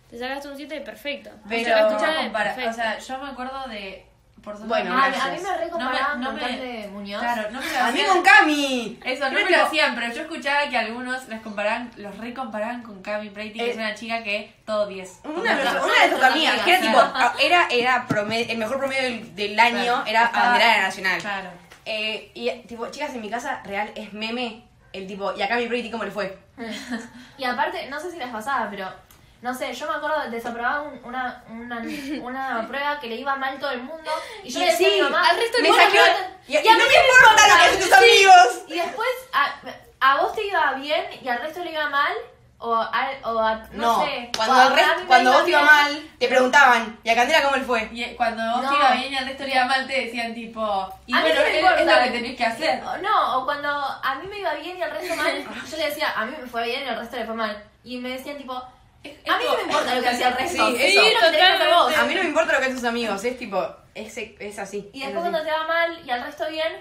Te sacaste un 7, perfecto.
Pero-
te sacaste
Yo
un
Chale,
me
9,
compara-
perfecto.
o sea, yo me acuerdo de. Por suerte-
Bueno,
Ah, a mí
gracias.
me recomparaban
No
un
me- no
montón
me-
de Muñoz.
Claro, no me lo
A mí
hacían.
con Cami.
Eso, no
Pero
me lo
tipo-
hacían, pero yo escuchaba que algunos las comparaban, los recomparaban con Cami Brady, que
Eh,
es una chica que todo 10.
Una de,
Otra
nuestras-
persona,
una de tus
otra
amigas,
amiga,
que era tipo, ah,
claro.
era, era promedio, el mejor promedio del, del año
Claro.
era
Estaba-
abanderada nacional.
Claro.
Eh, y tipo, chicas, en mi casa real es meme el tipo, y acá mi Brady, ¿cómo le fue?
Y aparte, no sé si las pasaba, pero No sé, yo me acuerdo, desaprobaba un- una, una, una prueba que le iba mal todo el mundo. Y yo le decía
Sí,
a mi mamá,
al resto le
"Vos
saqué-
aprobate".
Y, y
a
no
mí
me importa lo que hacen tus amigos.
Y después a, a vos te iba bien y al resto le iba mal. O, al- o a, no,
No,
sé.
cuando,
o a-
el
a mí
resto,
me
cuando vos te iba
bien.
mal, te preguntaban, ¿y a Candela cómo le fue?
Y eh, cuando vos
No.
te iba bien y al resto le iba mal, te decían tipo, y
A mí
bueno,
no me
es, es
importa.
lo que tenés que hacer.
O No, o cuando a mí me iba bien y al resto mal, yo le decía, a mí me fue bien y al resto le fue mal. Y me decían tipo, a mí no me importa lo que hacía el resto.
Sí,
es
eso.
lo que tenés que hacer vos.
A mí no me importa lo que hacen tus amigos, es tipo, es, es así.
Y
es
después
así.
cuando te va mal y al resto bien,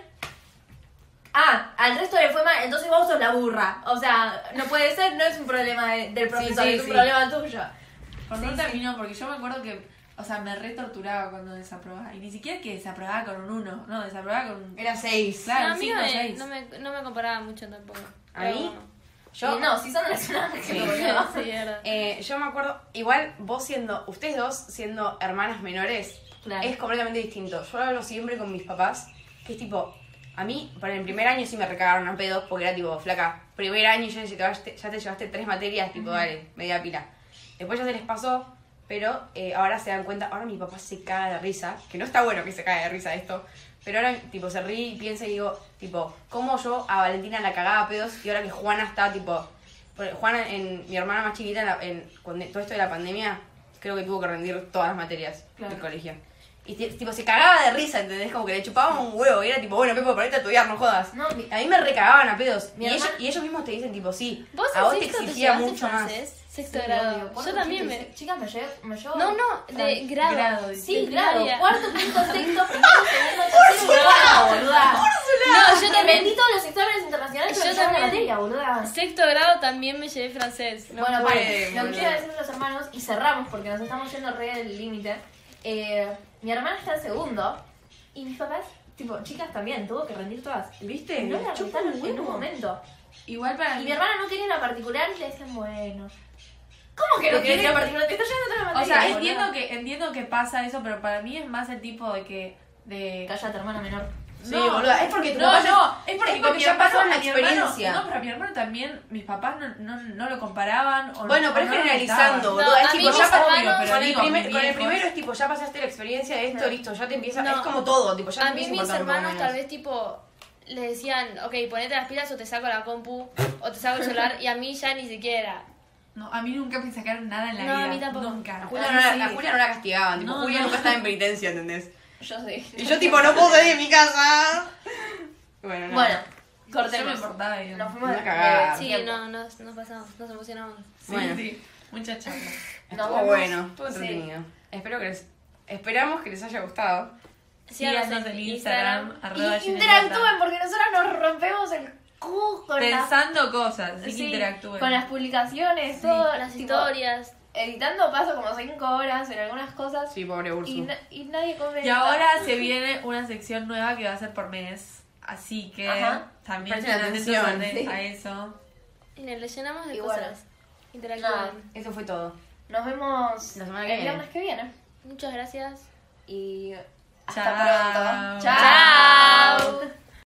ah, al resto le fue mal, entonces vos sos la burra. O sea, no puede ser, no es un problema de- del profesor,
sí,
es un
sí.
problema tuyo.
Por no terminó, porque yo me acuerdo que, o sea, me retorturaba cuando desaprobaba. Y ni siquiera que desaprobaba con un 1, no, desaprobaba con un.
Era seis.
No,
Claro,
a mí
cinco
no
o
me,
seis.
no, me, no me comparaba mucho tampoco.
¿A
Pero
mí?
bueno.
Yo,
Y no, si son relacionadas,
Sí,
no, no.
sí, es verdad.
eh, yo me acuerdo, igual vos siendo, ustedes dos siendo hermanas menores,
Claro.
es completamente distinto. Yo lo hablo siempre con mis papás, que es tipo, a mí, para el primer año sí me recagaron a pedos, porque era tipo, flaca, primer año ya, te llevaste, ya te llevaste tres materias, tipo, dale, media pila. Después ya se les pasó, pero eh, ahora se dan cuenta, ahora mi papá se caga de risa, que no está bueno que se caga de risa de esto, pero ahora tipo se ríe y piensa y digo, tipo, ¿cómo yo a Valentina la cagaba a pedos y ahora que Juana está tipo... porque Juana, en, mi hermana más chiquita, en la- en- con todo esto de la pandemia, creo que tuvo que rendir todas las materias del colegio. Y ti- tipo, se cagaba de risa, ¿entendés? Como que le chupaban un huevo y era tipo, bueno, Pepo, ponete a estudiar, no jodas.
No, mi-
A mí me recagaban a pedos.
Mi
y, ellos,
hermana-
y ellos mismos te dicen, tipo, sí,
¿Vos
a vos
en
te
sexto te
exigía
llevaste
mucho más.
francés?
Sí,
Sexto
obvio,
grado.
cuarto,
Yo también
quinto y
me...
se- Chicas, me llevo... Me llevo
No, no, de
"Oh, Fran-
grado.
grado,
sí,
Sí, grado.
primaria.
Cuarto, quinto, sexto, primero, segundo, tercero, grado, boluda.
No, yo
Me
también...
vendí todos los exámenes internacionales pero
Yo
yo también.
también.
materia, boluda.
Sexto grado también me llevé francés. No
bueno,
puede,
vale, lo que
boluda.
quiero decir a los hermanos, y cerramos porque nos estamos yendo re del límite. eh, mi hermana está en segundo y mis papás, tipo, chicas también, tuvo que rendir todas.
¿Viste?
No la
Chupa un
rentaron en
huevo.
un momento.
Igual para
Y
mí.
mi hermana no quería la particular y le decían, bueno. ¿Cómo que
Pero
no quería
tiene-
la particular? Te está llevando toda la
O
materia.
sea, entiendo que, entiendo que pasa eso, pero para mí es más el tipo de que. De,
Callate, hermana menor.
Sí, boluda, es porque tu
no,
papá ya-
no, es porque,
es
con
porque
mi
ya
hermano-
pasaron la
mi hermano-
experiencia.
no, pero mi hermano también, mis papás no, no, no lo comparaban. O
Bueno,
no-
pero es
o no lo
generalizando,
notaban.
boludo.
No,
es
a
tipo,
mí mis
ya pa-
hermanos-
obvio, pero
con
con, el
mis
primer- con el
viejos.
primero es tipo, ya pasaste la experiencia de esto, listo, ya te empieza.
No.
Es como todo, tipo, ya te
A mí
empieza
mis
importar un poco
hermanos
menos.
tal vez tipo le decían, ok, ponete las pilas o te saco la compu o te saco el celular y a mí ya ni siquiera.
No, a mí nunca me sacaron nada en la
No, a
vida.
mí tampoco.
Nunca.
A Julia no la- A
Sí.
Julia no la castigaban, tipo,
No,
Julia
no.
nunca estaba en penitencia, ¿entendés?
Yo sé.
Y yo, tipo, no puedo salir de mi casa. Bueno, nada.
Bueno,
Yo me
cortemos.
portaba bien.
Nos fuimos
Una
de-
cagada.
de
Sí,
tiempo.
no, nos, nos pasamos, nos emocionamos.
Sí,
Bueno.
sí. Mucha charla.
Nos
Estuvo
vemos.
bueno, estuvo
Sí.
entretenido. Espero que les, esperamos que les haya gustado.
Síganos en Instagram, arroba
Y interactúen porque nosotros nos rompemos el cu con las,
Pensando cosas, sí, que
sí,
interactúen.
con las publicaciones,
Sí,
todo,
las
tipo,
historias.
Editando paso como 5 horas en algunas cosas
Sí, pobre
y,
Ursu.
na- y nadie comenta.
Y ahora se viene una sección nueva que va a ser por mes. Así que
Ajá.
también
Presten
atentos
atención,
a,
sí.
a eso.
Y le llenamos de
Y bueno.
cosas. Interactúen.
Eso fue todo.
Nos vemos
La semana que
el
viene.
viernes que viene.
Muchas gracias.
Y hasta
Chao.
pronto.
Chao.